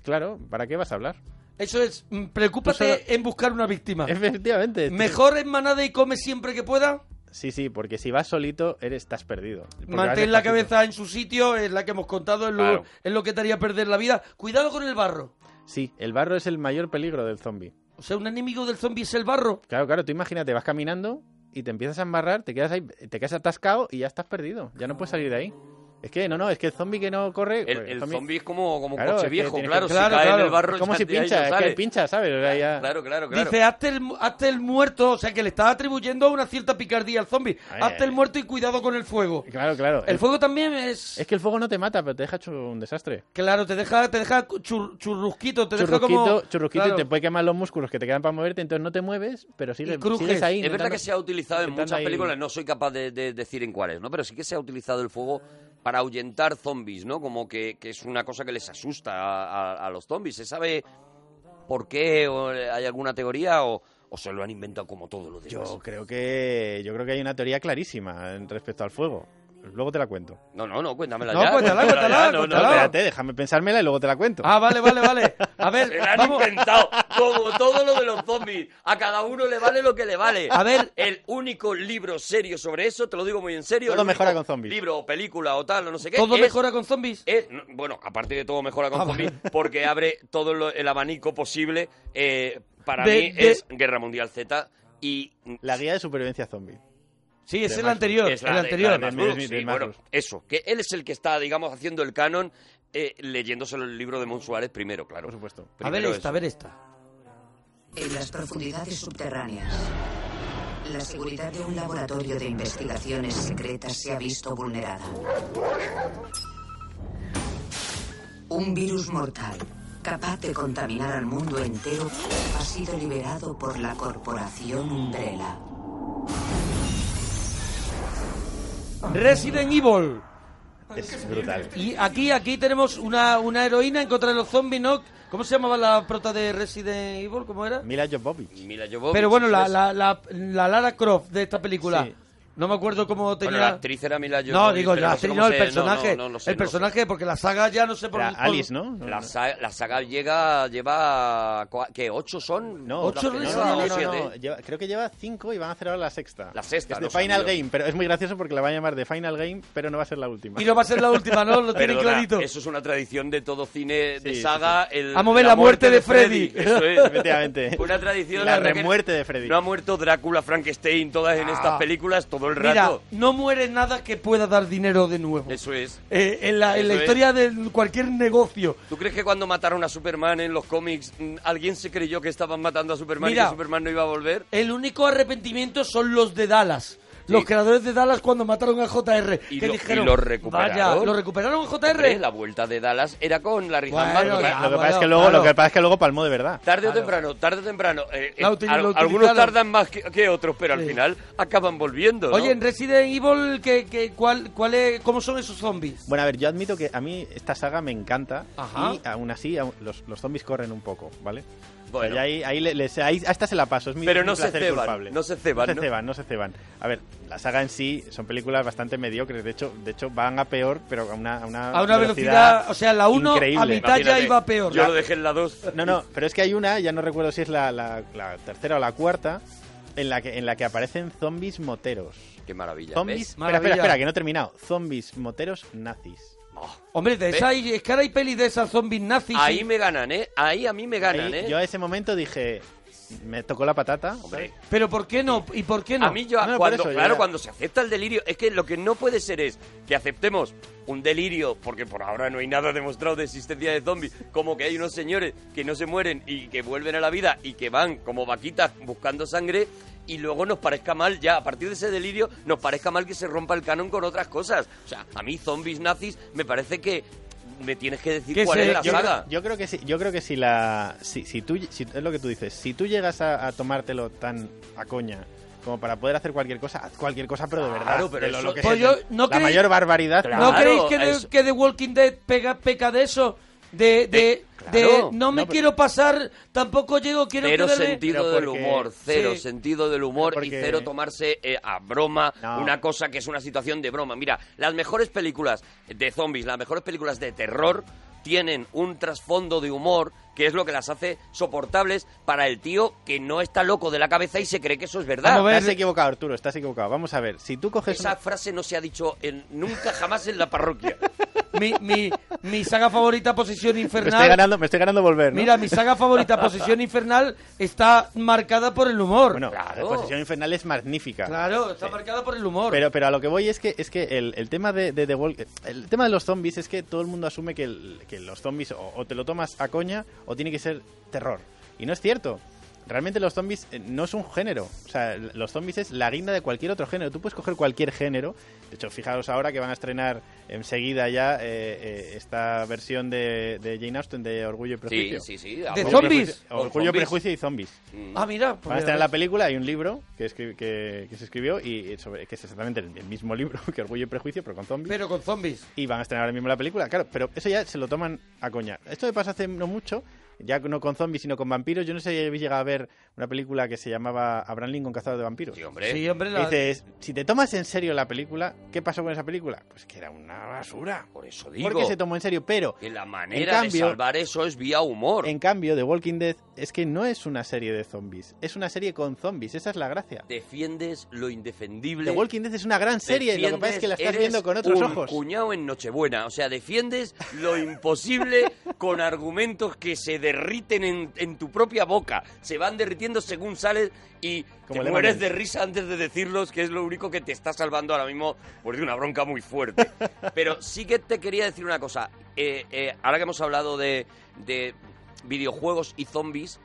Speaker 4: Claro, ¿para qué vas a hablar?
Speaker 2: Eso es, mm, preocúpate
Speaker 4: Tú solo-
Speaker 2: en buscar una víctima.
Speaker 4: Efectivamente. estoy-
Speaker 2: Ah. Mejor en manada y come siempre que pueda.
Speaker 4: Sí, sí, porque si vas solito, eres, estás perdido. Porque vas
Speaker 2: Mantén la
Speaker 4: despacito.
Speaker 2: cabeza en su sitio, es la que hemos contado, es lo,
Speaker 3: Claro.
Speaker 2: es lo que te haría perder la vida. Cuidado con el barro.
Speaker 4: Sí, el barro es el mayor peligro del zombie.
Speaker 2: O sea, un enemigo del zombie es el barro.
Speaker 4: Claro, claro, tú imagínate, vas caminando y te empiezas a embarrar, te quedas ahí, te quedas atascado y ya estás perdido. Ya no puedes salir de ahí. Es que no, no, es que el zombie que no corre.
Speaker 3: El,
Speaker 4: pues,
Speaker 3: el zombie es como, como un
Speaker 4: Claro,
Speaker 3: coche
Speaker 4: es que
Speaker 3: viejo,
Speaker 4: tienes que-
Speaker 3: claro,
Speaker 2: Claro,
Speaker 3: Si cae en
Speaker 2: claro.
Speaker 3: el barro,
Speaker 4: Es como
Speaker 3: ya
Speaker 4: si
Speaker 3: de ahí no
Speaker 4: pincha, es que
Speaker 3: sale.
Speaker 4: hay pincha, ¿sabes? O sea, ya-
Speaker 3: Claro, claro, claro.
Speaker 2: Dice, hazte el, mu- hazte el muerto, o sea, que le estás atribuyendo una cierta picardía al zombie.
Speaker 4: Ay,
Speaker 2: hazte
Speaker 4: ay,
Speaker 2: el muerto y cuidado con el fuego.
Speaker 4: Claro, claro.
Speaker 2: El fuego también es...
Speaker 4: Es que el fuego no te mata, pero te deja hecho un desastre.
Speaker 2: Claro, te deja, te deja chur- churrusquito, te deja
Speaker 4: Churruquito,
Speaker 2: como...
Speaker 4: churruquito
Speaker 2: Claro.
Speaker 4: y te puede quemar los músculos que te quedan para moverte, entonces no te mueves, pero sigues,
Speaker 2: crujes.
Speaker 4: sigues ahí.
Speaker 3: Es verdad
Speaker 4: intentando-
Speaker 3: que se ha utilizado en
Speaker 4: intentando
Speaker 3: muchas
Speaker 4: ahí-
Speaker 3: películas, no soy capaz de, de decir en cuáles, ¿no? Pero sí que se ha utilizado el fuego para ahuyentar zombies, ¿no? Como que, que es una cosa que les asusta a, a- a los zombies. ¿Se sabe por qué? ¿O eh, ¿Hay alguna teoría? ¿O, o se lo han inventado como todo lo demás?
Speaker 4: Yo creo que yo creo que hay una teoría clarísima en respecto al fuego. Luego te la cuento.
Speaker 3: No, no, no, cuéntamela
Speaker 2: No, pues,
Speaker 3: ya.
Speaker 2: cuéntala, cuéntala,
Speaker 3: ya, no, no,
Speaker 4: No,
Speaker 2: Claro.
Speaker 4: espérate, déjame pensármela y luego te la cuento.
Speaker 2: Ah, vale, vale, vale. A ver,
Speaker 3: Se la han
Speaker 2: vamos.
Speaker 3: inventado, como todo lo de los zombies. A cada uno le vale lo que le vale.
Speaker 2: A ver.
Speaker 3: El único libro serio sobre eso, te lo digo muy en serio.
Speaker 4: Todo
Speaker 3: el único
Speaker 4: mejora con zombies.
Speaker 3: Libro o película o tal, o no sé qué.
Speaker 2: Todo
Speaker 3: es-
Speaker 2: mejora con zombies.
Speaker 3: es- no, bueno, aparte de todo mejora con
Speaker 2: Ah,
Speaker 3: zombies, porque abre todo lo- el abanico posible. eh, para
Speaker 2: De-
Speaker 3: mí
Speaker 2: de-
Speaker 3: es Guerra Mundial Z y...
Speaker 4: La guía de supervivencia zombie.
Speaker 2: Sí, es
Speaker 4: de
Speaker 2: el
Speaker 4: Max-
Speaker 2: anterior,
Speaker 3: es
Speaker 2: el
Speaker 3: la de- la
Speaker 2: anterior.
Speaker 3: de Max
Speaker 4: Del-
Speaker 3: Brooks,
Speaker 4: del-
Speaker 3: sí,
Speaker 4: del Max
Speaker 3: bueno,
Speaker 4: Brooks.
Speaker 3: eso, que él es el que está, digamos, haciendo el canon, eh, leyéndoselo el libro de Monsuárez primero, claro.
Speaker 4: Por supuesto.
Speaker 2: A ver
Speaker 3: Primero
Speaker 2: esta, a
Speaker 3: eso.
Speaker 2: ver esta.
Speaker 6: En las profundidades subterráneas, la seguridad de un laboratorio de investigaciones secretas se ha visto vulnerada. Un virus mortal, capaz de contaminar al mundo entero, ha sido liberado por la corporación Umbrella.
Speaker 2: Resident Evil.
Speaker 4: Es brutal.
Speaker 2: Y aquí, aquí tenemos una, una heroína en contra de los zombies, ¿no? ¿Cómo se llamaba la prota de Resident Evil? ¿Cómo era?
Speaker 4: Mila Jovovich.
Speaker 3: Mila Jovovich,
Speaker 2: Pero bueno, la,
Speaker 3: ¿sabes?
Speaker 2: la, la, la Lara Croft de esta película.
Speaker 4: Sí.
Speaker 2: No me acuerdo cómo tenía.
Speaker 3: Bueno, la actriz era Mila Jovovich.
Speaker 2: no, digo,
Speaker 3: pero
Speaker 2: la
Speaker 3: sé
Speaker 2: actriz,
Speaker 3: cómo
Speaker 2: no, el
Speaker 3: se-
Speaker 2: personaje.
Speaker 3: no, no, no sé, no sé.
Speaker 2: el personaje, porque la saga ya no sé por
Speaker 4: Era
Speaker 2: por-
Speaker 4: Alice, ¿no? No,
Speaker 3: pues, La,
Speaker 4: no.
Speaker 3: sa- la saga llega, lleva, cua- ¿qué? ¿Ocho son?
Speaker 4: No,
Speaker 2: ¿Ocho
Speaker 3: La-
Speaker 4: no,
Speaker 2: Resident
Speaker 4: no, no,
Speaker 2: Evil?
Speaker 4: no, no.
Speaker 3: siete.
Speaker 4: Lleva- creo que lleva cinco y van a hacer ahora la sexta.
Speaker 3: La sexta,
Speaker 4: Es de
Speaker 3: no
Speaker 4: Final
Speaker 3: sabía.
Speaker 4: Game, pero es muy gracioso porque la van a llamar de Final Game, pero no va a ser la última.
Speaker 2: Y no va a ser la última, ¿no? Lo tienen
Speaker 3: Perdona,
Speaker 2: clarito.
Speaker 3: Eso es una tradición de todo cine de
Speaker 4: Sí, sí,
Speaker 3: saga. el-
Speaker 2: Vamos a ver la muerte de Freddy.
Speaker 3: Eso es.
Speaker 4: Efectivamente.
Speaker 3: Una tradición.
Speaker 4: La
Speaker 3: verdad que
Speaker 4: remuerte de Freddy.
Speaker 3: No ha muerto Drácula, Frankenstein, todas en estas películas. Todo todo el
Speaker 2: Ah. Mira,
Speaker 3: rato.
Speaker 2: no muere nada que pueda dar dinero de nuevo.
Speaker 3: Eso es.
Speaker 2: Eh, en la, en
Speaker 3: Eso
Speaker 2: la
Speaker 3: es.
Speaker 2: historia de cualquier negocio.
Speaker 3: ¿Tú crees que cuando mataron a Superman en los cómics mm, alguien se creyó que estaban matando a Superman y
Speaker 2: Mira.
Speaker 3: que Superman no iba a volver?
Speaker 2: El único arrepentimiento son los de Dallas. Los creadores de Dallas cuando mataron a JR.
Speaker 3: Y
Speaker 2: que
Speaker 3: lo- y
Speaker 2: dijeron,
Speaker 3: lo recuperaron.
Speaker 2: Vaya, lo recuperaron a JR.
Speaker 3: Hombre, la vuelta de Dallas era con Larry
Speaker 2: Bueno,
Speaker 3: Hama,
Speaker 4: Lo que,
Speaker 2: ya,
Speaker 4: lo que pasa es que
Speaker 2: Ah, bueno,
Speaker 4: luego, lo
Speaker 2: claro.
Speaker 4: que pasa es que luego palmó de verdad.
Speaker 3: Tarde o temprano, tarde o temprano. eh, eh,
Speaker 2: La util-
Speaker 3: al-
Speaker 2: lo
Speaker 3: algunos
Speaker 2: utilizaron.
Speaker 3: tardan más que, que otros, pero al
Speaker 2: Sí.
Speaker 3: final acaban volviendo. ¿no?
Speaker 2: Oye, en Resident Evil, ¿qué, qué, cuál, cuál es, ¿cómo son esos zombies?
Speaker 4: Bueno, a ver, yo admito que a mí esta saga me encanta
Speaker 2: Ajá.
Speaker 4: y aún así aún- los, los zombies corren un poco, ¿vale?
Speaker 3: Bueno.
Speaker 4: O sea, ahí, ahí, le- les- ahí- a esta se la paso, es mi,
Speaker 3: Pero
Speaker 4: mi
Speaker 3: no se
Speaker 4: placer
Speaker 3: ceban,
Speaker 4: culpable.
Speaker 3: no se ceban,
Speaker 4: No se
Speaker 3: ¿no?
Speaker 4: ceban, no se ceban. A ver, la saga en sí son películas bastante mediocres, de hecho, de hecho van a peor, pero a una, a una,
Speaker 2: A una velocidad, o sea, la 1 a
Speaker 4: increíble.
Speaker 2: mitad ya
Speaker 3: Imagínate,
Speaker 2: iba peor.
Speaker 3: Yo lo dejé en la 2.
Speaker 4: No, no, pero es que hay una, ya no recuerdo si es la, la- la tercera o la cuarta, en la que, en la que aparecen zombies moteros.
Speaker 3: Qué maravilla.
Speaker 4: Zombies.
Speaker 3: ¿ves?
Speaker 4: Espera, espera,
Speaker 2: Maravilla.
Speaker 4: espera, que no he terminado. Zombies moteros nazis.
Speaker 3: Oh,
Speaker 2: Hombre, de
Speaker 3: ¿Ve?
Speaker 2: esa, hay- es que ahora hay pelis de esas zombies nazis.
Speaker 3: ahí
Speaker 2: sí.
Speaker 3: me ganan, ¿eh? Ahí a mí me ganan,
Speaker 4: Ahí,
Speaker 3: ¿eh?
Speaker 4: Yo a ese momento dije, me tocó la patata.
Speaker 3: Hombre,
Speaker 2: Pero ¿por qué no? ¿Y por qué no?
Speaker 3: A mí yo,
Speaker 4: No, no, por
Speaker 3: cuando,
Speaker 4: eso, yo
Speaker 3: claro,
Speaker 4: ya-
Speaker 3: cuando se acepta el delirio, es que lo que no puede ser es que aceptemos un delirio, porque por ahora no hay nada demostrado de existencia de zombies, como que hay unos señores que no se mueren y que vuelven a la vida y que van como vaquitas buscando sangre y luego nos parezca mal ya, a partir de ese delirio, nos parezca mal que se rompa el canon con otras cosas. O sea, a mí zombies nazis me parece que me tienes que decir
Speaker 2: Que
Speaker 3: cuál
Speaker 2: se-
Speaker 3: es la
Speaker 2: yo-
Speaker 3: saga.
Speaker 4: Yo creo que sí, yo creo que si la si, si tú si- es lo que tú dices, si tú llegas a, a tomártelo tan a coña como para poder hacer cualquier cosa, haz cualquier cosa pero de verdad,
Speaker 3: Claro, pero
Speaker 4: de lo-
Speaker 3: eso-
Speaker 4: lo que
Speaker 2: Pues
Speaker 4: se-
Speaker 2: yo no
Speaker 4: la
Speaker 2: creí-
Speaker 4: mayor barbaridad.
Speaker 3: Claro,
Speaker 2: ¿No creéis que, de-
Speaker 3: eso.
Speaker 2: que The Walking Dead pega, peca de eso? De, de, de-
Speaker 3: Eh, claro.
Speaker 2: no me
Speaker 4: No, pero-
Speaker 2: quiero pasar, tampoco llego, quiero
Speaker 3: Cero
Speaker 2: quedarme-
Speaker 3: sentido
Speaker 4: Pero
Speaker 3: del
Speaker 4: porque-
Speaker 3: humor, cero
Speaker 2: Sí.
Speaker 3: sentido del humor
Speaker 4: Pero
Speaker 3: y
Speaker 4: porque-
Speaker 3: cero tomarse eh, a broma
Speaker 4: No.
Speaker 3: una cosa que es una situación de broma. Mira, las mejores películas de zombies, las mejores películas de terror tienen un trasfondo de humor que es lo que las hace soportables para el tío que no está loco de la cabeza y se cree que eso es
Speaker 2: Vamos a
Speaker 3: verdad.
Speaker 2: ver.
Speaker 4: Estás equivocado, Arturo, estás equivocado. Vamos a ver, si tú coges
Speaker 3: Esa
Speaker 4: una-
Speaker 3: frase no se ha dicho en, nunca jamás en la parroquia.
Speaker 2: Mi, mi, mi saga favorita, Posesión
Speaker 4: me estoy
Speaker 2: Infernal.
Speaker 4: ganando, me estoy ganando volver, ¿no?
Speaker 2: Mira, mi saga favorita, Posesión Infernal, está marcada por el humor.
Speaker 4: bueno,
Speaker 3: claro.
Speaker 4: la posesión infernal es magnífica.
Speaker 2: claro, está marcada por el humor.
Speaker 4: Pero, pero a lo que voy es que es que el, el tema de, de The Walk- el tema de los zombies es que todo el mundo asume que, el- que los zombies o, o te lo tomas a coña o tiene que ser terror. Y no es cierto. Realmente los zombies eh, no es un género. O sea, l- los zombies es la guinda de cualquier otro género. Tú puedes coger cualquier género. De hecho, fijaros ahora que van a estrenar enseguida ya eh, eh, esta versión de, de Jane Austen de Orgullo y
Speaker 3: Sí,
Speaker 4: Prejuicio.
Speaker 3: sí, sí. a
Speaker 2: ¿De
Speaker 3: broma.
Speaker 4: Orgullo y
Speaker 2: zombies?
Speaker 4: Prejuicio-
Speaker 3: Con
Speaker 4: Orgullo,
Speaker 3: zombies.
Speaker 4: Prejuicio y Zombies.
Speaker 2: ah, mira, pues
Speaker 4: Van a
Speaker 2: mira,
Speaker 4: estar en la película, y un libro que, escri- que- que se escribió y y sobre, que es exactamente el, el mismo libro que Orgullo y Prejuicio, pero con zombies.
Speaker 2: pero con zombies.
Speaker 4: Y van a estrenar ahora mismo la película, claro, pero eso ya se lo toman a coña. Esto me pasa hace no mucho, ya no con zombies, sino con vampiros. Yo no sé si habéis llegado a ver una película que se llamaba Abraham Lincoln Cazador de Vampiros.
Speaker 3: Sí, hombre.
Speaker 2: Sí, hombre,
Speaker 4: Que
Speaker 2: la-
Speaker 4: dices, si te tomas en serio la película, ¿qué pasó con esa película? Pues que era una basura.
Speaker 3: Por eso digo
Speaker 4: Porque se tomó en serio, pero
Speaker 3: que la
Speaker 4: en
Speaker 3: manera
Speaker 4: cambio-
Speaker 3: de salvar eso es vía humor.
Speaker 4: en cambio The Walking Dead es que no es una serie de zombies, es una serie con zombies, esa es la gracia.
Speaker 3: Defiendes lo indefendible.
Speaker 4: The Walking Dead es una gran serie, lo que pasa es que la estás
Speaker 3: Este Defiendes,
Speaker 4: viendo con otros
Speaker 3: eres un
Speaker 4: ojos.
Speaker 3: cuñado en Nochebuena, o sea, defiendes lo imposible con argumentos que se derriten en, en tu propia boca, se van derritiendo según sales y
Speaker 4: Como
Speaker 3: te
Speaker 4: Lemon
Speaker 3: mueres
Speaker 4: Man.
Speaker 3: de risa antes de decirlos, que es lo único que te está salvando ahora mismo por de una bronca muy fuerte. Pero sí que te quería decir una cosa, eh, eh, ahora que hemos hablado de, de videojuegos y zombies,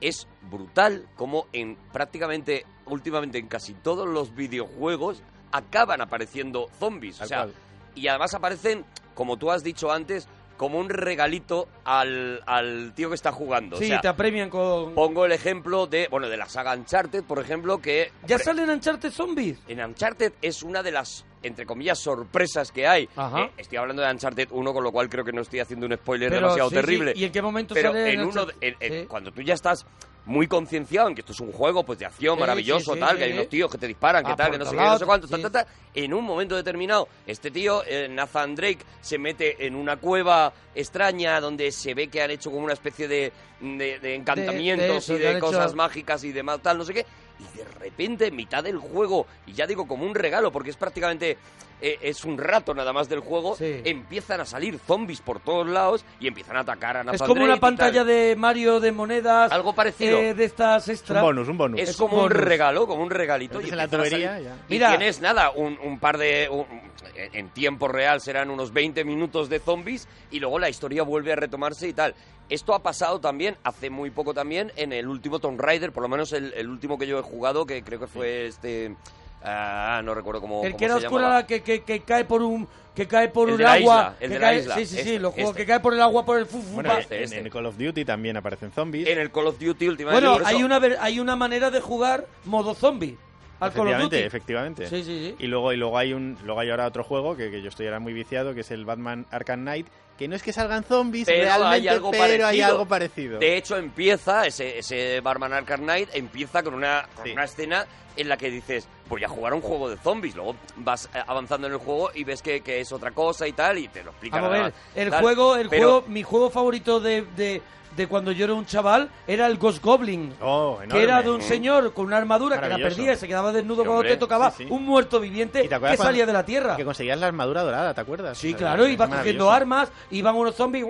Speaker 3: es brutal como en prácticamente últimamente en casi todos los videojuegos acaban apareciendo zombies, o
Speaker 4: Tal
Speaker 3: sea,
Speaker 4: cual.
Speaker 3: y además aparecen, como tú has dicho antes, como un regalito al, al tío que está jugando.
Speaker 2: Sí,
Speaker 3: o sea,
Speaker 2: te apremian con...
Speaker 3: pongo el ejemplo de, bueno, de la saga Uncharted, por ejemplo, que
Speaker 2: ¿Ya
Speaker 3: hombre,
Speaker 2: salen ancharte zombies?
Speaker 3: en Uncharted es una de las, entre comillas, sorpresas que hay.
Speaker 2: Ajá.
Speaker 3: Eh, estoy hablando de Uncharted 1, con lo cual creo que no estoy haciendo un spoiler
Speaker 2: Pero
Speaker 3: demasiado
Speaker 2: sí, sí,
Speaker 3: terrible.
Speaker 2: ¿y en qué momento
Speaker 3: Pero
Speaker 2: sale
Speaker 3: en uno, de-
Speaker 2: Uncharted?
Speaker 3: en- en-
Speaker 2: Sí.
Speaker 3: cuando tú ya estás muy concienciado en que esto es un juego pues de acción
Speaker 2: Sí,
Speaker 3: maravilloso,
Speaker 2: sí, sí,
Speaker 3: tal,
Speaker 2: sí,
Speaker 3: que hay
Speaker 2: sí.
Speaker 3: unos tíos que te disparan, que
Speaker 2: Ah,
Speaker 3: tal,
Speaker 2: por
Speaker 3: que no sé
Speaker 2: todos
Speaker 3: qué, no sé
Speaker 2: lados,
Speaker 3: cuánto,
Speaker 2: sí.
Speaker 3: ta, ta, ta. en un momento determinado, este tío, eh, Nathan Drake, se mete en una cueva extraña donde se ve que han hecho como una especie de, de- de encantamientos
Speaker 2: eso,
Speaker 3: y
Speaker 2: que han
Speaker 3: de
Speaker 2: hecho-
Speaker 3: cosas mágicas y demás, tal, no sé qué, Y de repente, en mitad del juego, y ya digo como un regalo, porque es prácticamente. eh, es un rato nada más del juego,
Speaker 2: Sí.
Speaker 3: empiezan a salir zombies por todos lados y empiezan a atacar a
Speaker 2: Es como una pantalla
Speaker 3: de
Speaker 2: de Mario de monedas.
Speaker 3: Algo parecido.
Speaker 2: eh, de estas extra.
Speaker 4: un bonus, un bonus. Eh,
Speaker 3: es,
Speaker 2: Es un
Speaker 3: como un
Speaker 2: bonus.
Speaker 3: regalo, como un regalito.
Speaker 4: Metes
Speaker 3: Y
Speaker 4: en la
Speaker 3: empiezan a
Speaker 4: tubería,
Speaker 3: salir.
Speaker 4: ya.
Speaker 3: Y
Speaker 2: Mira.
Speaker 3: tienes nada, un, un par de. un- en tiempo real serán unos 20 minutos de zombies y luego la historia vuelve a retomarse y tal. Esto ha pasado también, hace muy poco también, en el último Tomb Raider, por lo menos el, el último que yo he jugado, que creo que fue este. Ah, no recuerdo cómo.
Speaker 2: El
Speaker 3: cómo
Speaker 2: que era
Speaker 3: se
Speaker 2: oscura
Speaker 3: llamaba.
Speaker 2: la que, que, que cae por un que cae por
Speaker 3: El
Speaker 2: un
Speaker 3: de la isla,
Speaker 2: agua,
Speaker 3: el
Speaker 2: que
Speaker 3: de la
Speaker 2: cae,
Speaker 3: isla,
Speaker 2: sí, sí, sí,
Speaker 3: este,
Speaker 2: los juegos
Speaker 3: este.
Speaker 2: que cae por el agua por el fufu.
Speaker 4: Bueno,
Speaker 2: pa.
Speaker 3: este,
Speaker 4: en-
Speaker 3: este.
Speaker 4: en Call of Duty también aparecen zombies.
Speaker 3: En el Call of Duty últimamente.
Speaker 2: Bueno,
Speaker 3: por eso-
Speaker 2: hay una ver- hay una manera de jugar modo zombie al Call of
Speaker 4: efectivamente,
Speaker 2: Duty.
Speaker 4: efectivamente.
Speaker 2: Sí, sí, sí.
Speaker 4: Y luego, y luego hay un, luego hay ahora otro juego que, que yo estoy ahora muy viciado, que es el Batman Arkham Knight, que no es que salgan zombies
Speaker 3: Pero
Speaker 4: realmente,
Speaker 3: hay algo
Speaker 4: pero hay
Speaker 3: parecido.
Speaker 4: algo parecido.
Speaker 3: De hecho, empieza, ese, ese Barman Arkham Knight empieza con una, con
Speaker 4: Sí.
Speaker 3: una escena en la que dices, "Pues voy a jugar a un juego de zombies. Luego vas eh, avanzando en el juego y ves que, que es otra cosa y tal, y te lo explican.
Speaker 2: Vamos a ver,
Speaker 3: además,
Speaker 2: el
Speaker 3: tal.
Speaker 2: juego, el
Speaker 3: Pero
Speaker 2: juego, mi juego favorito de, de, de cuando yo era un chaval era el Ghost Goblin.
Speaker 4: Oh,
Speaker 2: que
Speaker 4: enorme.
Speaker 2: era de un señor con una armadura que la
Speaker 4: Maravilloso.
Speaker 2: perdía y se quedaba desnudo
Speaker 3: Sí,
Speaker 2: cuando
Speaker 3: hombre,
Speaker 2: te tocaba
Speaker 4: sí, sí.
Speaker 2: un muerto viviente
Speaker 4: ¿Y te acuerdas
Speaker 2: que salía de
Speaker 4: cuando-
Speaker 2: la tierra.
Speaker 4: Que conseguías la armadura dorada, ¿te acuerdas?
Speaker 2: Sí,
Speaker 4: Era-
Speaker 2: claro,
Speaker 4: era
Speaker 2: ibas cogiendo
Speaker 4: maravilloso.
Speaker 2: armas, iban unos zombies,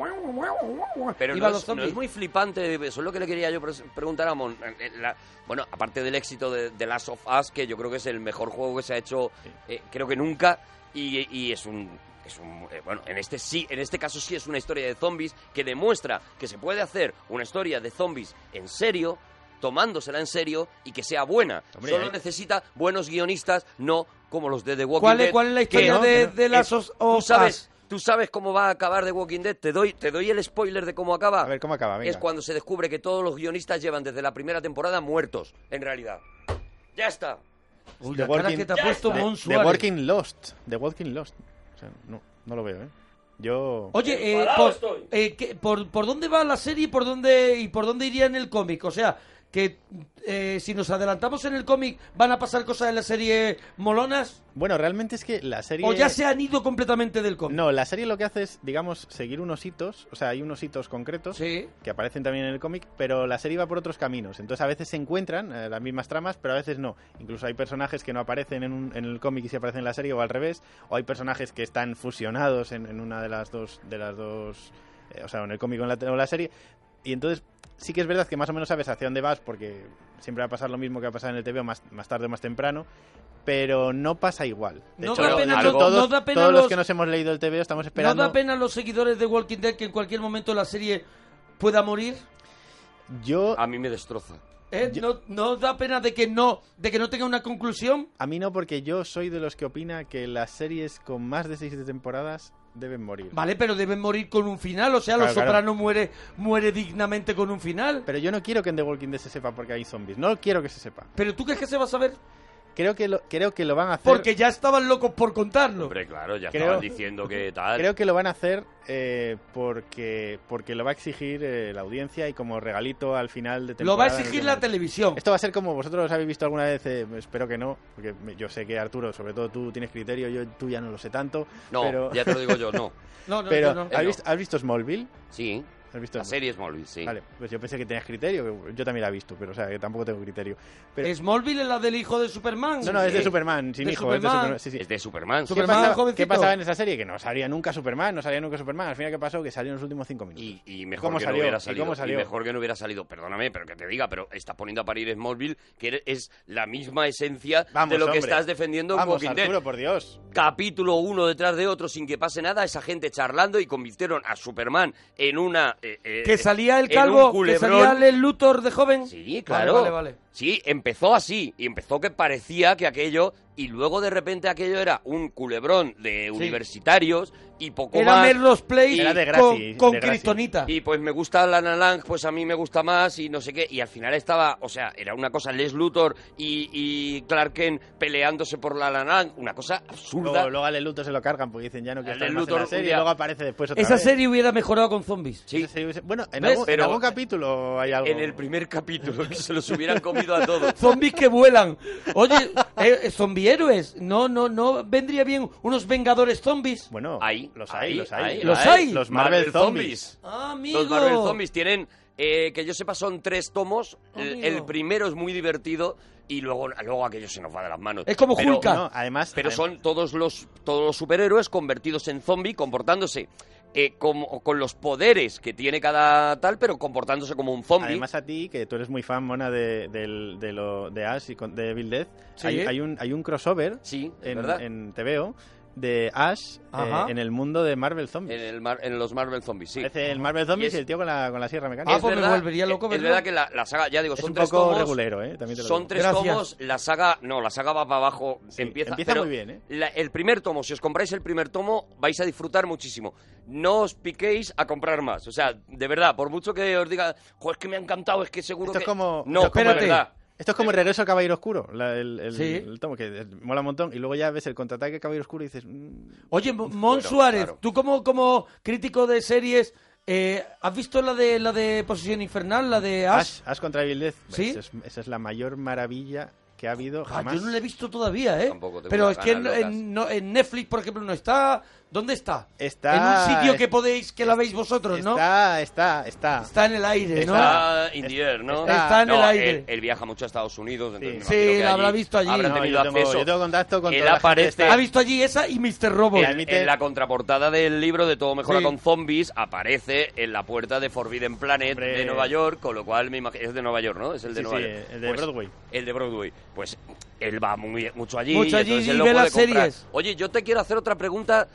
Speaker 3: Pero
Speaker 2: iban
Speaker 3: no
Speaker 2: los
Speaker 3: es, no
Speaker 2: zombies.
Speaker 3: es muy flipante, eso es lo que le quería yo pres- preguntar a Mon. eh, eh, la- bueno, aparte del éxito de, de Last of Us, que yo creo que es el mejor juego que se ha hecho, eh, creo que nunca, y, y es un... es un- eh, bueno, en este sí, en este caso sí es una historia de zombies que demuestra que se puede hacer una historia de zombies en serio, tomándosela en serio y que sea buena.
Speaker 4: Hombre,
Speaker 3: Solo
Speaker 2: eh.
Speaker 4: hay-
Speaker 3: necesita buenos guionistas, no como los de The Walking
Speaker 2: ¿Cuál es-
Speaker 3: Dead.
Speaker 2: cuál es la
Speaker 3: que
Speaker 2: historia
Speaker 4: no,
Speaker 2: de,
Speaker 4: que no.
Speaker 2: de las
Speaker 3: es-
Speaker 2: os-
Speaker 3: Tú
Speaker 2: os-
Speaker 3: sabes, tú sabes cómo va a acabar The Walking Dead. Te doy, te doy el spoiler de cómo acaba.
Speaker 4: A ver, ¿cómo acaba? Venga.
Speaker 3: Es cuando se descubre que todos los guionistas llevan desde la primera temporada muertos, en realidad. Ya está.
Speaker 2: Uy,
Speaker 4: The
Speaker 2: la cara
Speaker 4: Walking-
Speaker 2: que te ha
Speaker 4: Ya
Speaker 2: puesto
Speaker 4: The-
Speaker 2: Mon
Speaker 4: The
Speaker 2: Suárez.
Speaker 4: Walking Lost. The Walking Lost. O sea, no, no lo veo, ¿eh? Yo...
Speaker 2: Oye, eh,
Speaker 3: Enfadado
Speaker 2: por,
Speaker 3: estoy.
Speaker 2: eh, ¿qué- por, por dónde va la serie y por dónde, y por dónde iría en el cómic? O sea, que eh, si nos adelantamos en el cómic, ¿van a pasar cosas en la serie molonas?
Speaker 4: Bueno, realmente es que la serie...
Speaker 2: ¿O ya se han ido completamente del cómic?
Speaker 4: No, la serie lo que hace es, digamos, seguir unos hitos. O sea, hay unos hitos concretos
Speaker 2: Sí.
Speaker 4: que aparecen también en el cómic, pero la serie va por otros caminos. Entonces a veces se encuentran eh, las mismas tramas, pero a veces no. Incluso hay personajes que no aparecen en, un- en el cómic y se aparecen en la serie o al revés, o hay personajes que están fusionados en, en una de las dos, de las dos, eh, o sea, en el cómic o en la, o en la serie. Y entonces sí que es verdad que más o menos sabes hacia dónde vas, porque siempre va a pasar lo mismo que va a pasar en el TV más, más tarde o más temprano. Pero no pasa igual. De
Speaker 2: No
Speaker 4: hecho,
Speaker 2: da
Speaker 4: lo-
Speaker 2: pena
Speaker 4: lo-
Speaker 2: los-
Speaker 4: todos,
Speaker 2: no da pena
Speaker 4: todos
Speaker 2: los-
Speaker 4: los que nos hemos leído el TV estamos
Speaker 2: ¿No
Speaker 4: esperando.
Speaker 2: da pena a los seguidores de Walking Dead que en cualquier momento la serie pueda morir?
Speaker 4: Yo
Speaker 3: A mí me destroza.
Speaker 2: ¿Eh? ¿No, no da pena de que no, de que no tenga una conclusión?
Speaker 4: A mí no, porque yo soy de los que opina que las series con más de seis temporadas deben morir.
Speaker 2: Vale, pero deben morir con un final. O sea,
Speaker 4: Claro,
Speaker 2: Los
Speaker 4: claro.
Speaker 2: Soprano muere, muere dignamente con un final.
Speaker 4: Pero yo no quiero que en The Walking Dead se sepa porque hay zombies. No quiero que se sepa.
Speaker 2: ¿Pero tú crees que se va a saber?
Speaker 4: Creo que lo, creo que lo van a hacer.
Speaker 2: Porque ya estaban locos por contarlo.
Speaker 3: Hombre, claro, ya
Speaker 4: Creo-
Speaker 3: estaban diciendo que tal.
Speaker 4: Creo que lo van a hacer eh, porque, porque lo va a exigir eh, la audiencia y como regalito al final de temporada.
Speaker 2: Lo va a exigir la televisión.
Speaker 4: Esto va a ser como vosotros habéis visto alguna vez, eh, espero que no, porque me- yo sé que Arturo, sobre todo tú tienes criterio, yo tú ya no lo sé tanto.
Speaker 3: No,
Speaker 4: pero,
Speaker 3: ya te lo digo yo, no.
Speaker 2: No, no,
Speaker 4: pero
Speaker 2: no, no.
Speaker 4: ¿has, visto, has visto Smallville?
Speaker 3: Ah, Sí,
Speaker 4: ¿Has visto
Speaker 3: la serie Smallville, sí.
Speaker 4: Vale, pues yo pensé que tenías criterio, que yo también la he visto, pero o sea, que tampoco tengo criterio. Pero,
Speaker 2: Smallville es la del hijo de Superman.
Speaker 4: no, no, es de
Speaker 3: Sí.
Speaker 4: Superman, sin
Speaker 2: De
Speaker 4: hijo, es de
Speaker 2: Superman.
Speaker 4: Superman. Sí, sí.
Speaker 3: Es de Superman. sí.
Speaker 4: ¿Qué,
Speaker 2: Superman,
Speaker 4: pasaba,
Speaker 2: jovencito.
Speaker 4: qué pasaba en esa serie? Que no salía nunca Superman, no salía nunca Superman. Al final, ¿qué pasó? Que salió en los últimos cinco minutos.
Speaker 3: Y, y mejor
Speaker 4: ¿Cómo
Speaker 3: que
Speaker 4: salió?
Speaker 3: no hubiera
Speaker 4: ¿Y
Speaker 3: salido.
Speaker 4: cómo salió?
Speaker 3: mejor que no hubiera salido. Perdóname, pero que te diga, pero estás poniendo a parir Smallville, que eres- es la misma esencia
Speaker 4: Vamos,
Speaker 3: de lo que
Speaker 4: hombre.
Speaker 3: estás defendiendo en
Speaker 4: Vamos,
Speaker 3: Walking Dead.
Speaker 4: Arturo, por Dios.
Speaker 3: capítulo uno detrás de otro sin que pase nada, esa gente charlando y convirtieron a Superman en una... eh, eh,
Speaker 2: Que salía el
Speaker 3: en un
Speaker 2: calvo, que
Speaker 3: culebrón.
Speaker 2: salía el Luthor de joven.
Speaker 3: Sí,
Speaker 2: Vale,
Speaker 3: claro.
Speaker 2: Vale, vale.
Speaker 3: Sí, empezó así. Y empezó que parecía que aquello. Y luego de repente aquello era un culebrón de universitarios y poco
Speaker 2: Era
Speaker 3: más.
Speaker 2: Melrose Place
Speaker 3: Y-
Speaker 4: Era de
Speaker 2: con,
Speaker 4: Gracie,
Speaker 2: con
Speaker 4: de Gracie.
Speaker 2: Kryptonita.
Speaker 3: Y pues me gusta Lana Lang, pues a mí me gusta más y no sé qué. Y al final estaba, o sea, era una cosa Les Luthor y, y Clark Kent peleándose por la Lana Lang. Una cosa absurda.
Speaker 4: Luego, luego a Lex Luthor se lo cargan porque dicen ya no quiero
Speaker 3: A Lex
Speaker 4: estar más en
Speaker 3: Luthor
Speaker 4: la
Speaker 3: un
Speaker 4: serie.
Speaker 3: día-
Speaker 4: Y luego aparece después otra
Speaker 2: Esa
Speaker 4: vez.
Speaker 2: serie hubiera mejorado con zombies.
Speaker 3: Sí.
Speaker 4: Esa serie- Bueno, en
Speaker 2: ¿Ves?
Speaker 4: algún, en
Speaker 3: Pero-
Speaker 4: algún capítulo hay algo.
Speaker 3: En el primer capítulo, que se los hubieran comido a todos.
Speaker 2: Zombies que vuelan. Oye, eh, zombie héroes. No, no, no. Vendría bien unos vengadores zombies.
Speaker 4: Bueno,
Speaker 3: Ahí,
Speaker 4: los
Speaker 3: ahí,
Speaker 4: hay, los hay.
Speaker 3: ahí,
Speaker 2: Los
Speaker 3: ahí.
Speaker 2: hay.
Speaker 4: Los Marvel Zombies.
Speaker 2: Ah, amigo.
Speaker 3: Los Marvel Zombies tienen eh, que yo sepa son tres tomos. El,
Speaker 2: Amigo.
Speaker 3: el primero es muy divertido y luego, luego aquello se nos va de las manos.
Speaker 2: Es como
Speaker 3: Pero-
Speaker 2: Julka.
Speaker 4: No, además,
Speaker 3: Pero
Speaker 4: adem-
Speaker 3: son todos los, todos los superhéroes convertidos en zombie, comportándose eh, como- con los poderes que tiene cada tal, pero comportándose como un zombie.
Speaker 4: Además a ti, que tú eres muy fan, Mona, de, del- de lo, de Ash y con- de Evil Dead,
Speaker 2: Sí.
Speaker 4: hay, hay un, hay un crossover
Speaker 3: sí, es
Speaker 4: en,
Speaker 3: ¿verdad? En,
Speaker 4: en TVO de Ash eh,
Speaker 2: Ajá.
Speaker 4: en el mundo de Marvel Zombies.
Speaker 3: el mar- en los Marvel Zombies, Eh, sí.
Speaker 4: Parece el Marvel Zombies
Speaker 3: Y
Speaker 4: y,
Speaker 3: es-
Speaker 4: el tío con la, con la sierra mecánica.
Speaker 2: Ah,
Speaker 3: es
Speaker 2: pues me
Speaker 3: verdad,
Speaker 2: volvería loco
Speaker 3: es- Es
Speaker 2: verlo.
Speaker 3: verdad que la, la saga, ya digo,
Speaker 4: es
Speaker 3: son
Speaker 4: un
Speaker 3: tres
Speaker 4: poco
Speaker 3: tomos.
Speaker 4: regulero, ¿eh? También te lo
Speaker 3: Son
Speaker 4: digo.
Speaker 3: tres
Speaker 2: Gracias.
Speaker 3: tomos, la saga, no, la saga va para abajo,
Speaker 4: Sí,
Speaker 3: empieza,
Speaker 4: empieza
Speaker 3: pero
Speaker 4: muy bien, ¿eh?
Speaker 3: la- el primer tomo, si os compráis el primer tomo, vais a disfrutar muchísimo. No os piquéis a comprar más, o sea, de verdad, por mucho que os diga, jo, es que me ha encantado, es que seguro
Speaker 4: Esto
Speaker 3: que
Speaker 4: es como-
Speaker 3: no,
Speaker 4: esto es como
Speaker 3: de
Speaker 2: el-
Speaker 3: verdad.
Speaker 4: Esto es como el regreso a Caballero Oscuro, la- el, el-
Speaker 2: Eh, Sí.
Speaker 4: el tomo que eh, mola un montón. Y luego ya ves el contraataque de Caballero Oscuro y dices... mm,
Speaker 2: Oye, Mon
Speaker 3: Bueno,
Speaker 2: Suárez,
Speaker 3: claro.
Speaker 2: tú como, como crítico de series, eh, ¿has visto la de la de Posición Infernal, la de Ash?
Speaker 4: Ash, Ash contra Evil Dead. Pues
Speaker 2: ¿Sí?
Speaker 4: esa es- esa es la mayor maravilla que ha habido
Speaker 2: Ah,
Speaker 4: jamás.
Speaker 2: yo no la he visto todavía, ¿eh?
Speaker 3: Tampoco tengo
Speaker 2: Pero
Speaker 3: las
Speaker 2: es que en,
Speaker 3: ganas locas.
Speaker 2: en- no- en Netflix, por ejemplo, no está. ¿Dónde está?
Speaker 4: Está-
Speaker 2: En un sitio que
Speaker 4: es-
Speaker 2: podéis, que la veis vosotros, ¿no?
Speaker 4: Está, está, está.
Speaker 2: Está en el aire, ¿no?
Speaker 3: Está in the air, ¿no?
Speaker 4: está-
Speaker 2: Está en
Speaker 3: No,
Speaker 2: el aire.
Speaker 3: Él, él viaja mucho a Estados Unidos, entonces
Speaker 4: Sí.
Speaker 3: me imagino
Speaker 2: Sí,
Speaker 3: que
Speaker 2: la
Speaker 3: allí
Speaker 2: habrá visto allí.
Speaker 3: Habrán
Speaker 2: No,
Speaker 3: tenido
Speaker 4: yo, tengo,
Speaker 3: acceso.
Speaker 4: yo tengo contacto con
Speaker 3: Él
Speaker 4: toda la gente
Speaker 3: aparece-
Speaker 4: que está-
Speaker 2: ¿Ha visto allí esa y Mr. Robot?
Speaker 4: El-
Speaker 3: En la contraportada del libro de Todo Mejora
Speaker 2: Sí.
Speaker 3: con Zombies aparece en la puerta de Forbidden Planet
Speaker 4: Hombre.
Speaker 3: de Nueva York, con lo cual me imagino. Es de Nueva York, ¿no? Es el de
Speaker 4: Sí,
Speaker 3: Nueva
Speaker 4: sí,
Speaker 3: York. Pues,
Speaker 4: el de Broadway.
Speaker 3: El de Broadway. Pues él va muy, mucho allí.
Speaker 2: Mucho
Speaker 3: y
Speaker 2: allí
Speaker 3: entonces
Speaker 2: y
Speaker 3: él lo
Speaker 2: ve
Speaker 3: puede
Speaker 2: las
Speaker 3: comprar.
Speaker 2: series.
Speaker 3: Oye, yo te quiero hacer otra pregunta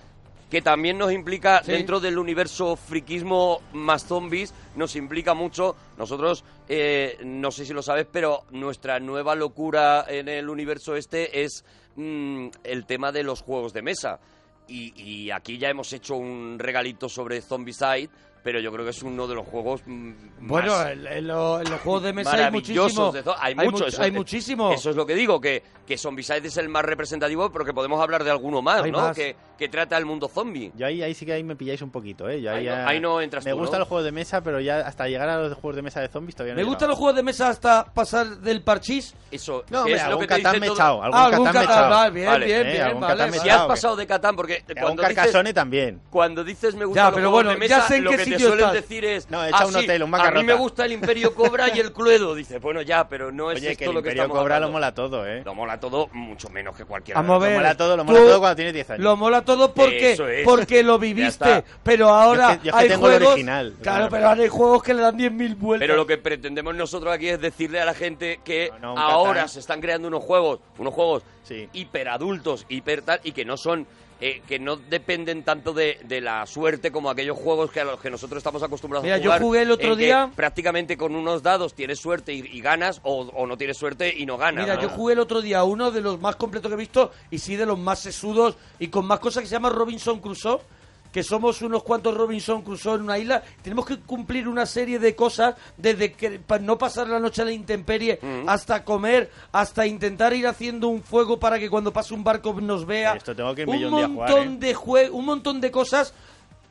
Speaker 3: que también nos implica
Speaker 2: Sí.
Speaker 3: dentro del universo friquismo más zombies, nos implica mucho. Nosotros, eh, no sé si lo sabes, pero nuestra nueva locura en el universo este es mm, el tema de los juegos de mesa. Y, y aquí ya hemos hecho un regalito sobre Zombicide, pero yo creo que es uno de los juegos mm,
Speaker 2: Bueno,
Speaker 3: más
Speaker 2: en, en lo- en los juegos de mesa Este hay
Speaker 3: maravillosos
Speaker 2: muchísimo.
Speaker 3: de zo- hay
Speaker 2: hay,
Speaker 3: mucho,
Speaker 2: much-
Speaker 3: eso-
Speaker 2: hay muchísimo.
Speaker 3: Eso es lo que digo, que, que Zombicide es el más representativo, pero que podemos hablar de alguno más,
Speaker 2: Hay
Speaker 3: ¿no?
Speaker 2: más.
Speaker 3: Que, que trata el mundo zombie.
Speaker 4: Yo ahí, ahí sí que ahí me pilláis un poquito, ¿eh? Yo
Speaker 3: Ahí
Speaker 4: ahí,
Speaker 3: no-
Speaker 4: ya-
Speaker 3: ahí no entras
Speaker 4: Me
Speaker 3: tú,
Speaker 4: gusta
Speaker 3: ¿no?
Speaker 4: los juegos de mesa, pero ya hasta llegar a los juegos de mesa de zombies todavía no
Speaker 2: Me
Speaker 4: he
Speaker 2: gustan
Speaker 4: llegado.
Speaker 2: los juegos de mesa hasta pasar del parchís. Ah,
Speaker 3: Eso
Speaker 4: No,
Speaker 3: es
Speaker 4: hombre,
Speaker 3: lo
Speaker 4: algún
Speaker 3: que te
Speaker 4: Catán
Speaker 3: dice
Speaker 4: me he
Speaker 3: todo- Ah,
Speaker 4: echado, algún
Speaker 2: algún
Speaker 4: Catán me he
Speaker 2: Catán,
Speaker 4: echado.
Speaker 2: va, bien,
Speaker 3: Vale,
Speaker 2: bien,
Speaker 4: eh,
Speaker 2: bien,
Speaker 4: algún
Speaker 2: vale,
Speaker 4: Catán me
Speaker 2: vale.
Speaker 3: Si has
Speaker 4: echado,
Speaker 3: pasado de Catán, porque
Speaker 4: Y Algún
Speaker 3: cuando dices,
Speaker 4: Carcassonne también.
Speaker 3: cuando dices me
Speaker 2: Ya,
Speaker 3: gusta los
Speaker 2: pero
Speaker 3: juegos
Speaker 2: bueno,
Speaker 3: de mesa,
Speaker 2: ya sé en
Speaker 3: lo
Speaker 2: qué
Speaker 3: que te
Speaker 2: sitio
Speaker 3: suelen
Speaker 2: estás.
Speaker 3: decir es
Speaker 4: No, echa
Speaker 3: "Ah,
Speaker 4: un
Speaker 3: sí,
Speaker 4: hotel, un
Speaker 3: a mí me
Speaker 4: macarrota".
Speaker 3: gusta el Imperio Cobra y el Cluedo. Dice, bueno, ya, pero no Pues es
Speaker 4: Oye,
Speaker 3: esto
Speaker 4: que el
Speaker 3: lo que
Speaker 4: Imperio
Speaker 3: estamos
Speaker 4: Cobra lo
Speaker 3: hablando".
Speaker 4: mola todo, ¿eh?
Speaker 3: Lo mola todo mucho menos que cualquier
Speaker 2: Vamos a
Speaker 4: Lo
Speaker 2: ver.
Speaker 4: mola todo, lo mola
Speaker 2: tú-
Speaker 4: todo cuando tienes 10 años.
Speaker 2: Lo mola todo porque,
Speaker 3: Eso es.
Speaker 2: porque lo
Speaker 3: Ya
Speaker 2: viviste.
Speaker 3: está.
Speaker 2: Pero ahora
Speaker 4: Yo es que- yo es que
Speaker 2: hay
Speaker 4: tengo el
Speaker 2: juegos.
Speaker 4: original.
Speaker 2: Claro,
Speaker 4: Claro.
Speaker 2: pero ahora hay juegos que le dan 10.000 vueltas.
Speaker 3: Pero lo que pretendemos nosotros aquí es decirle a la gente que
Speaker 4: No, no, un
Speaker 3: ahora
Speaker 4: Catán.
Speaker 3: se están creando unos juegos, unos juegos
Speaker 4: Sí.
Speaker 3: hiperadultos, hiper tal, y que no son, eh, que no dependen tanto de, de la suerte como aquellos juegos que a los que nosotros estamos acostumbrados
Speaker 2: Mira,
Speaker 3: a
Speaker 2: yo
Speaker 3: jugar.
Speaker 2: jugué el otro
Speaker 3: en que
Speaker 2: día-
Speaker 3: Prácticamente con unos dados tienes suerte y, y ganas, o, o no tienes suerte y no ganas.
Speaker 2: Mira,
Speaker 3: ¿no?
Speaker 2: yo jugué el otro día uno de los más completos que he visto y sí de los más sesudos y con más cosas que se llama Robinson Crusoe, que somos unos cuantos Robinson Crusoe en una isla. Tenemos que cumplir una serie de cosas, desde que, pa- no pasar la noche a la intemperie,
Speaker 4: Mm.
Speaker 2: hasta comer, hasta intentar ir haciendo un fuego para que cuando pase un barco nos vea.
Speaker 4: Esto tengo que irme
Speaker 2: un
Speaker 4: yo un día a jugar,
Speaker 2: montón
Speaker 4: ¿eh?
Speaker 2: de jue- un montón de cosas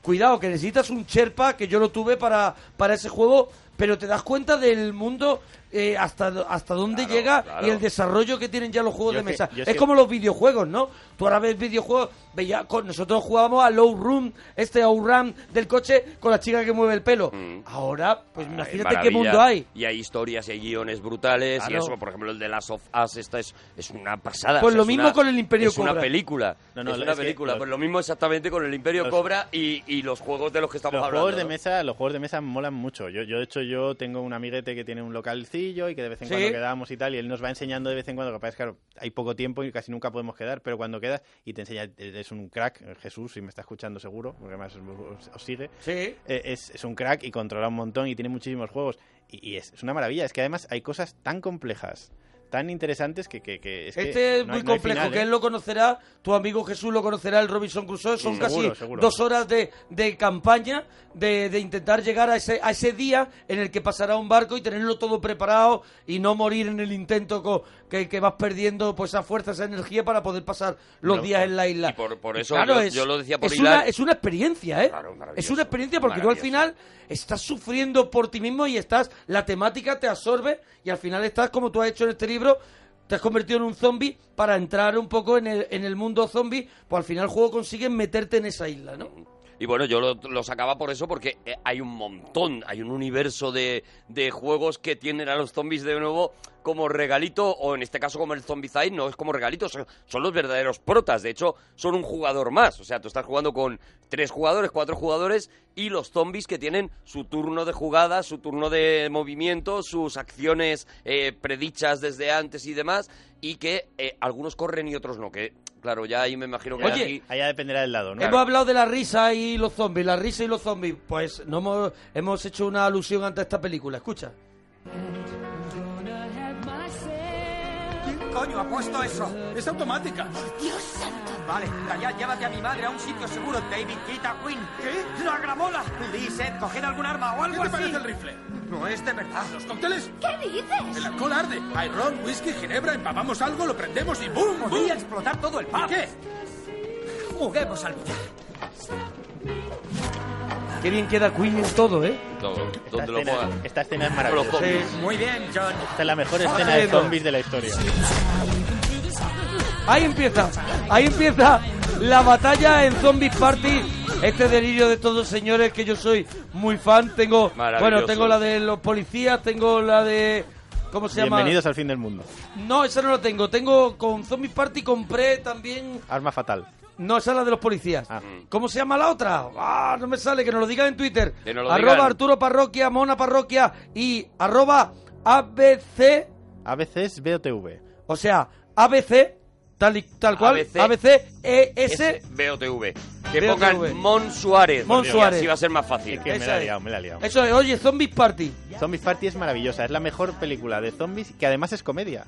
Speaker 2: Cuidado, que necesitas un Sherpa, que yo lo tuve para, para ese juego, pero te das cuenta del mundo eh, hasta, do- hasta dónde
Speaker 3: Claro,
Speaker 2: llega
Speaker 3: claro.
Speaker 2: y el desarrollo que tienen ya los juegos
Speaker 4: Yo
Speaker 2: de
Speaker 4: es que-
Speaker 2: mesa.
Speaker 4: yo
Speaker 2: es
Speaker 4: es que-
Speaker 2: como los videojuegos, ¿no? Tú ahora ves videojuegos, veía, con, nosotros jugábamos a Low Room, este Outrun del coche con la chica que mueve el pelo. Ahora, pues
Speaker 3: Ay,
Speaker 2: imagínate
Speaker 3: maravilla.
Speaker 2: qué mundo hay.
Speaker 3: Y hay historias y hay guiones brutales y
Speaker 2: Claro.
Speaker 3: eso, por ejemplo, el de Last of Us, esta es, es una pasada.
Speaker 2: Pues lo
Speaker 3: es
Speaker 2: mismo
Speaker 3: una-
Speaker 2: con el Imperio
Speaker 3: es una
Speaker 2: Cobra.
Speaker 3: película.
Speaker 4: No, no,
Speaker 3: es
Speaker 4: lo-
Speaker 3: una
Speaker 4: es que
Speaker 3: película.
Speaker 4: los-
Speaker 3: pues lo mismo exactamente con el Imperio
Speaker 4: los-
Speaker 3: Cobra y, y los juegos de los que estamos
Speaker 4: Los
Speaker 3: hablando.
Speaker 4: juegos de
Speaker 3: ¿no?
Speaker 4: mesa, los juegos de mesa molan mucho. Yo, yo de hecho yo tengo un amiguete que tiene un localcillo y que de vez en
Speaker 2: Sí.
Speaker 4: cuando quedamos y tal y él nos va enseñando de vez en cuando, que pasa claro, hay poco tiempo y casi nunca podemos quedar, pero cuando quedas y te enseña, es un crack, eh, Jesús, si me está escuchando seguro, porque además os- os sigue.
Speaker 2: Sí.
Speaker 4: Eh, es, es un crack y controla un montón y tiene muchísimos juegos. Y, y es, es una maravilla. Es que además hay cosas tan complejas, tan interesantes que. que, que es que
Speaker 2: Este es
Speaker 4: no
Speaker 2: muy
Speaker 4: hay- no hay
Speaker 2: complejo,
Speaker 4: final,
Speaker 2: que
Speaker 4: ¿eh?
Speaker 2: él lo conocerá, tu amigo Jesús lo conocerá, el Robinson Crusoe, son
Speaker 4: Mm,
Speaker 2: casi
Speaker 4: seguro, seguro.
Speaker 2: dos horas de, de campaña de, de intentar llegar a ese, a ese día en el que pasará un barco y tenerlo todo preparado y no morir en el intento co- que, que vas perdiendo pues esa fuerza, esa energía para poder pasar los
Speaker 4: No,
Speaker 2: días en la isla.
Speaker 3: y por- por eso yo-
Speaker 2: es-
Speaker 3: yo lo decía por
Speaker 2: es
Speaker 3: hilar.
Speaker 2: una, es una experiencia, ¿eh?
Speaker 3: Claro, maravilloso,
Speaker 2: es una experiencia porque tú al
Speaker 3: maravilloso.
Speaker 2: final estás sufriendo por ti mismo y estás la temática te absorbe y al final estás como tú has hecho en este libro te has convertido en un zombie para entrar un poco en el, en el mundo zombie pues al final el juego consigue meterte en esa isla ¿no?
Speaker 3: Y bueno, yo lo, lo sacaba por eso porque eh, hay un montón, hay un universo de, de juegos que tienen a los zombies de nuevo como regalito, o en este caso como el Zombicide, no es como regalito, son, son los verdaderos protas. De hecho, son un jugador más. O sea, tú estás jugando con tres jugadores, cuatro jugadores y los zombies que tienen su turno de jugada, su turno de movimiento, sus acciones eh, predichas desde antes y demás, y que eh, algunos corren y otros no. Que claro, ya ahí me imagino que
Speaker 2: Oye,
Speaker 3: aquí-
Speaker 4: Allá dependerá del lado, ¿no?
Speaker 2: Hemos hablado de la risa y los zombies, la risa y los zombies. Pues no hemos, hemos hecho una alusión ante esta película. Escucha.
Speaker 1: ¿Quién coño ha puesto eso? Es automática. Dios santo. Vale, allá llévate a mi madre a un sitio seguro, David. Quita Quinn. ¿Qué? ¡La gramola! Dice, coged algún arma o algo así. ¿Qué te parece el rifle? No es de verdad. ¿Los cócteles?
Speaker 7: ¿Qué dices?
Speaker 1: El alcohol arde. Hay ron, whisky, ginebra, empapamos algo, lo prendemos y ¡boom! Podría explotar todo el pub. ¿Qué? Juguemos al billar.
Speaker 2: Qué bien queda Queen en todo, ¿eh?
Speaker 3: Todo,
Speaker 4: Esta,
Speaker 3: donde lo
Speaker 4: escena,
Speaker 3: pongan.
Speaker 4: esta escena es
Speaker 3: Con los
Speaker 4: maravillosa.
Speaker 3: zombies.
Speaker 1: Muy bien, John.
Speaker 4: Esta es la mejor escena de
Speaker 2: Correcto.
Speaker 4: zombies de la historia.
Speaker 2: Ahí empieza, ahí empieza la batalla en Zombies Party. Este delirio de todos señores que yo soy muy fan. Tengo,
Speaker 3: Maravilloso.
Speaker 2: bueno, tengo la de los policías, tengo la de, ¿cómo se llama?
Speaker 4: Bienvenidos al fin del mundo.
Speaker 2: No, esa no la tengo. Tengo con Zombies Party compré también.
Speaker 4: Arma fatal.
Speaker 2: No, esa es la de los policías.
Speaker 4: Ah.
Speaker 2: ¿Cómo se llama la otra? Ah, no me sale, que nos lo digan en Twitter.
Speaker 3: Que nos lo
Speaker 2: arroba
Speaker 3: digan.
Speaker 2: Arturo Parroquia, Mona Parroquia y arroba ABC,
Speaker 4: A veces veo TV.
Speaker 2: o sea, ABC, tal, y, tal cual,
Speaker 3: ABC,
Speaker 2: ABC, ES.
Speaker 3: Es BOTV. Que
Speaker 2: BOTV.
Speaker 3: pongan Mon Suárez.
Speaker 2: Mon
Speaker 3: Y
Speaker 2: Suárez.
Speaker 3: Así va a ser más fácil.
Speaker 4: Es que me
Speaker 2: Esa
Speaker 4: la he
Speaker 2: es.
Speaker 4: liado, me la he liado.
Speaker 2: Eso es, oye, Zombies Party.
Speaker 4: Zombies Party es maravillosa, es la mejor película de zombies que además es comedia.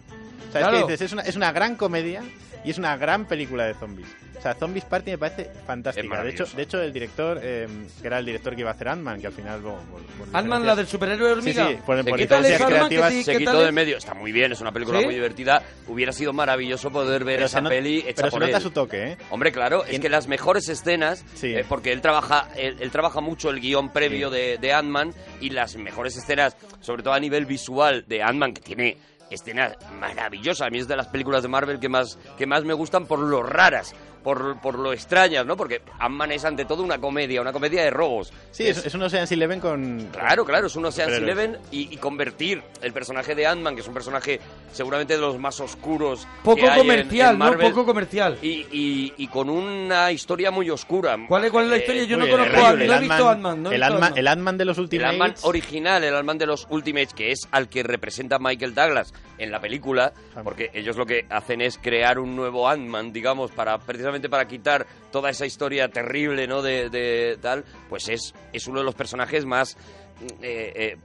Speaker 4: O sea,
Speaker 2: Claro.
Speaker 4: es, que dices, es, una, es una gran comedia y es una gran película de zombies. O sea, Zombies Party me parece
Speaker 3: Es
Speaker 4: fantástica. De
Speaker 3: maravillosa.
Speaker 4: hecho, de hecho, el director, eh, que era el director que iba a hacer Ant-Man, que al final... bueno, por- por
Speaker 2: Ant-Man,
Speaker 4: diferencias-
Speaker 2: la del superhéroe
Speaker 4: Sí,
Speaker 2: hormiga.
Speaker 4: sí, por,
Speaker 3: Se
Speaker 4: por
Speaker 3: quita el
Speaker 4: diferencias
Speaker 2: Ant-Man que
Speaker 4: creativas...
Speaker 2: sí,
Speaker 3: se
Speaker 2: ¿qué
Speaker 3: quitó
Speaker 2: tal
Speaker 3: de
Speaker 2: es?
Speaker 3: en medio. Está muy bien, es una película
Speaker 2: ¿Sí?
Speaker 3: muy divertida. Hubiera sido maravilloso poder ver
Speaker 4: Pero
Speaker 3: esa
Speaker 4: se no-
Speaker 3: peli hecha
Speaker 4: pero se
Speaker 3: por
Speaker 4: nota
Speaker 3: él.
Speaker 4: su toque, ¿eh?
Speaker 3: Hombre, claro, es que las mejores escenas,
Speaker 4: Sí.
Speaker 3: eh, porque él trabaja, él, él trabaja mucho el guión previo de, de Ant-Man y las mejores escenas, sobre todo a nivel visual de Ant-Man, que tiene escenas maravillosas. A mí es de las películas de Marvel que más, que más me gustan por lo raras, por, por lo extrañas, ¿no? Porque Ant-Man es ante todo una comedia, una comedia de robos.
Speaker 4: Sí, es, es un Ocean's Eleven con...
Speaker 3: Claro, claro, es un Ocean's
Speaker 4: Superhéroes.
Speaker 3: Eleven y, y convertir el personaje de Ant-Man, que es un personaje seguramente de los más oscuros.
Speaker 2: Poco
Speaker 3: que hay en-
Speaker 2: comercial,
Speaker 3: en
Speaker 2: ¿no?
Speaker 3: Marvel,
Speaker 2: Poco comercial.
Speaker 3: Y, y- y con una historia muy oscura.
Speaker 2: ¿Cuál es, cuál es la
Speaker 3: Eh,
Speaker 2: historia? Yo
Speaker 4: Muy
Speaker 2: no
Speaker 4: bien,
Speaker 2: conozco a
Speaker 3: horrible.
Speaker 2: no he
Speaker 4: el
Speaker 2: visto Ant-Man. no he
Speaker 4: el
Speaker 2: visto
Speaker 4: Ant-Man
Speaker 2: Ant-Man.
Speaker 4: el Ant-Man de los
Speaker 3: El
Speaker 4: Ultimates...
Speaker 3: Ant-Man original, el Ant-Man de los Ultimates, que es al que representa Michael Douglas en la película,
Speaker 2: Ah.
Speaker 3: porque ellos lo que hacen es crear un nuevo Ant-Man, digamos, para precisamente para quitar toda esa historia terrible, ¿no? De, de tal, pues es, es uno de los personajes más eh, eh,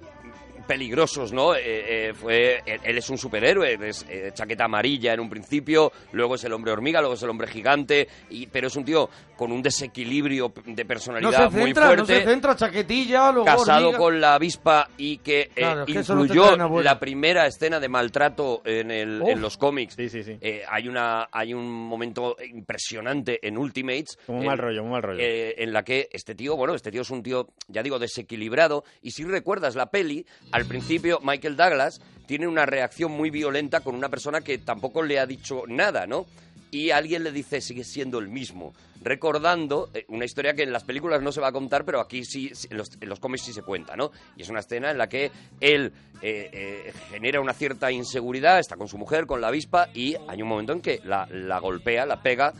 Speaker 3: peligrosos, ¿no? Eh, eh, fue, él, él es un superhéroe, es eh, chaqueta amarilla en un principio, luego es el hombre hormiga, luego es el hombre gigante, y, pero es un tío con un desequilibrio de
Speaker 2: no
Speaker 3: personalidad
Speaker 2: se
Speaker 3: muy
Speaker 2: centra,
Speaker 3: fuerte
Speaker 2: no se centra, chaquetilla, luego
Speaker 3: casado
Speaker 2: hormiga.
Speaker 3: con la avispa y que eh,
Speaker 2: Claro, es que eso no te
Speaker 3: incluyó
Speaker 2: traen abuela.
Speaker 3: la primera escena de maltrato en, el-
Speaker 2: Uf.
Speaker 3: en los cómics.
Speaker 4: Sí, sí, sí.
Speaker 3: Eh, hay, una, hay un momento impresionante en Ultimates.
Speaker 4: Como un
Speaker 3: en-
Speaker 4: mal rollo, un mal rollo.
Speaker 3: eh, en la que este tío, bueno, este tío es un tío, ya digo, desequilibrado. Y si recuerdas la peli, al principio Michael Douglas tiene una reacción muy violenta con una persona que tampoco le ha dicho nada, ¿no? Y alguien le dice, sigue siendo el mismo. Recordando eh, una historia que en las películas no se va a contar, pero aquí sí, sí, en los, en los cómics sí se cuenta, ¿no? Y es una escena en la que él eh, eh, genera una cierta inseguridad, está con su mujer, con la avispa, y hay un momento en que la- la golpea, la pega,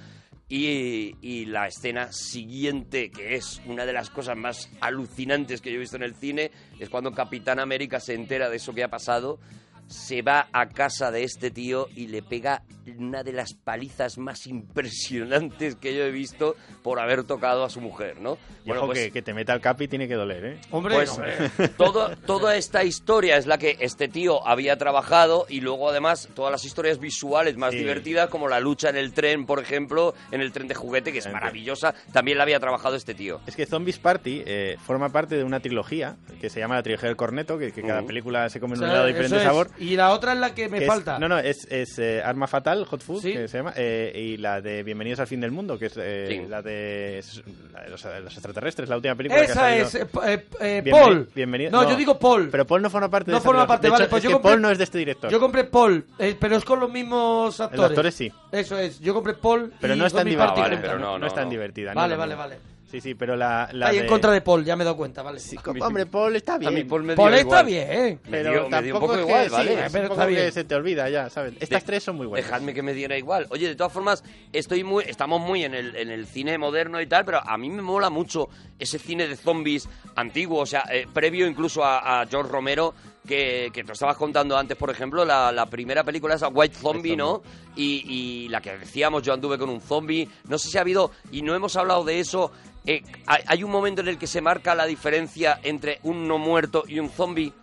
Speaker 3: y, y la escena siguiente, que es una de las cosas más alucinantes que yo he visto en el cine, es cuando Capitán América se entera de eso que ha pasado, se va a casa de este tío y le pega una de las palizas más impresionantes que yo he visto por haber tocado a su mujer, ¿no?
Speaker 4: Y ojo que, que te meta el capi tiene que doler, ¿eh?
Speaker 2: Hombre,
Speaker 3: pues
Speaker 2: hombre.
Speaker 3: todo, toda esta historia es la que este tío había trabajado y luego además todas las historias visuales más
Speaker 4: Sí.
Speaker 3: divertidas como la lucha en el tren, por ejemplo, en el tren de juguete que es maravillosa, también la había trabajado este tío.
Speaker 4: Es que Zombies Party eh, forma parte de una trilogía que se llama la trilogía del corneto, que, que cada
Speaker 3: Ujú.
Speaker 4: película se
Speaker 2: O
Speaker 4: come en
Speaker 2: sea,
Speaker 4: un lado
Speaker 2: eso
Speaker 4: diferente
Speaker 2: es.
Speaker 4: sabor.
Speaker 2: Y la otra es la que me
Speaker 4: que es-
Speaker 2: falta.
Speaker 4: no, no, es, es, eh, Arma Fatal, Hot Food,
Speaker 2: Sí.
Speaker 4: que se llama, eh, y la de Bienvenidos al Fin del Mundo, que es eh,
Speaker 3: Sí.
Speaker 4: la de, es la de los, los extraterrestres, la última película que ha
Speaker 2: Esa
Speaker 4: salido.
Speaker 2: es, eh, eh, eh,
Speaker 4: Bienveni-
Speaker 2: Paul.
Speaker 4: Bienvenido-
Speaker 2: no, yo digo Paul.
Speaker 4: Pero Paul no forma parte de
Speaker 2: no
Speaker 4: esa
Speaker 2: forma
Speaker 4: trilogía.
Speaker 2: parte,
Speaker 4: De
Speaker 2: vale,
Speaker 4: hecho,
Speaker 2: pues
Speaker 4: es
Speaker 2: yo
Speaker 4: que
Speaker 2: compré,
Speaker 4: Paul no es de este director.
Speaker 2: Yo compré Paul, eh, pero es con los mismos actores.
Speaker 4: actores sí.
Speaker 2: Eso es, yo compré Paul
Speaker 4: pero
Speaker 2: y
Speaker 4: no es tan
Speaker 2: Zombie
Speaker 4: divertida.
Speaker 2: Party
Speaker 3: Ah, vale,
Speaker 2: juntas,
Speaker 3: pero
Speaker 2: ¿no?
Speaker 3: no,
Speaker 4: es tan divertida. ni
Speaker 2: Vale,
Speaker 4: nada.
Speaker 2: vale, vale.
Speaker 4: Sí, sí, pero la. la
Speaker 2: Ahí en contra de Paul, ya me he dado cuenta, vale.
Speaker 4: Sí, co- hombre, Paul está bien.
Speaker 3: A mí Paul me
Speaker 2: Paul
Speaker 3: dio
Speaker 2: está
Speaker 3: igual.
Speaker 2: bien, ¿eh?
Speaker 3: Me
Speaker 4: pero
Speaker 3: dio- me dio un
Speaker 4: tampoco
Speaker 3: poco
Speaker 4: es que-
Speaker 3: igual,
Speaker 4: sí,
Speaker 3: ¿vale?
Speaker 4: es
Speaker 2: Pero
Speaker 4: un
Speaker 2: está
Speaker 4: poco que
Speaker 2: bien.
Speaker 4: se te olvida ya, ¿sabes? Estas
Speaker 3: De-
Speaker 4: tres son muy buenas.
Speaker 3: Dejadme que me diera igual. Oye, de todas formas, estoy muy, estamos muy en el, en el cine moderno y tal, pero a mí me mola mucho ese cine de zombies antiguo, o sea, eh, previo incluso a, a George Romero, que, que te estabas contando antes, por ejemplo, la, la primera película esa, White Zombie, ¿no? Y, y la que decíamos, yo anduve con un zombie. No sé si ha habido, y no hemos hablado de eso, eh, hay hay un momento en el que se marca la diferencia entre un no muerto y un zombie.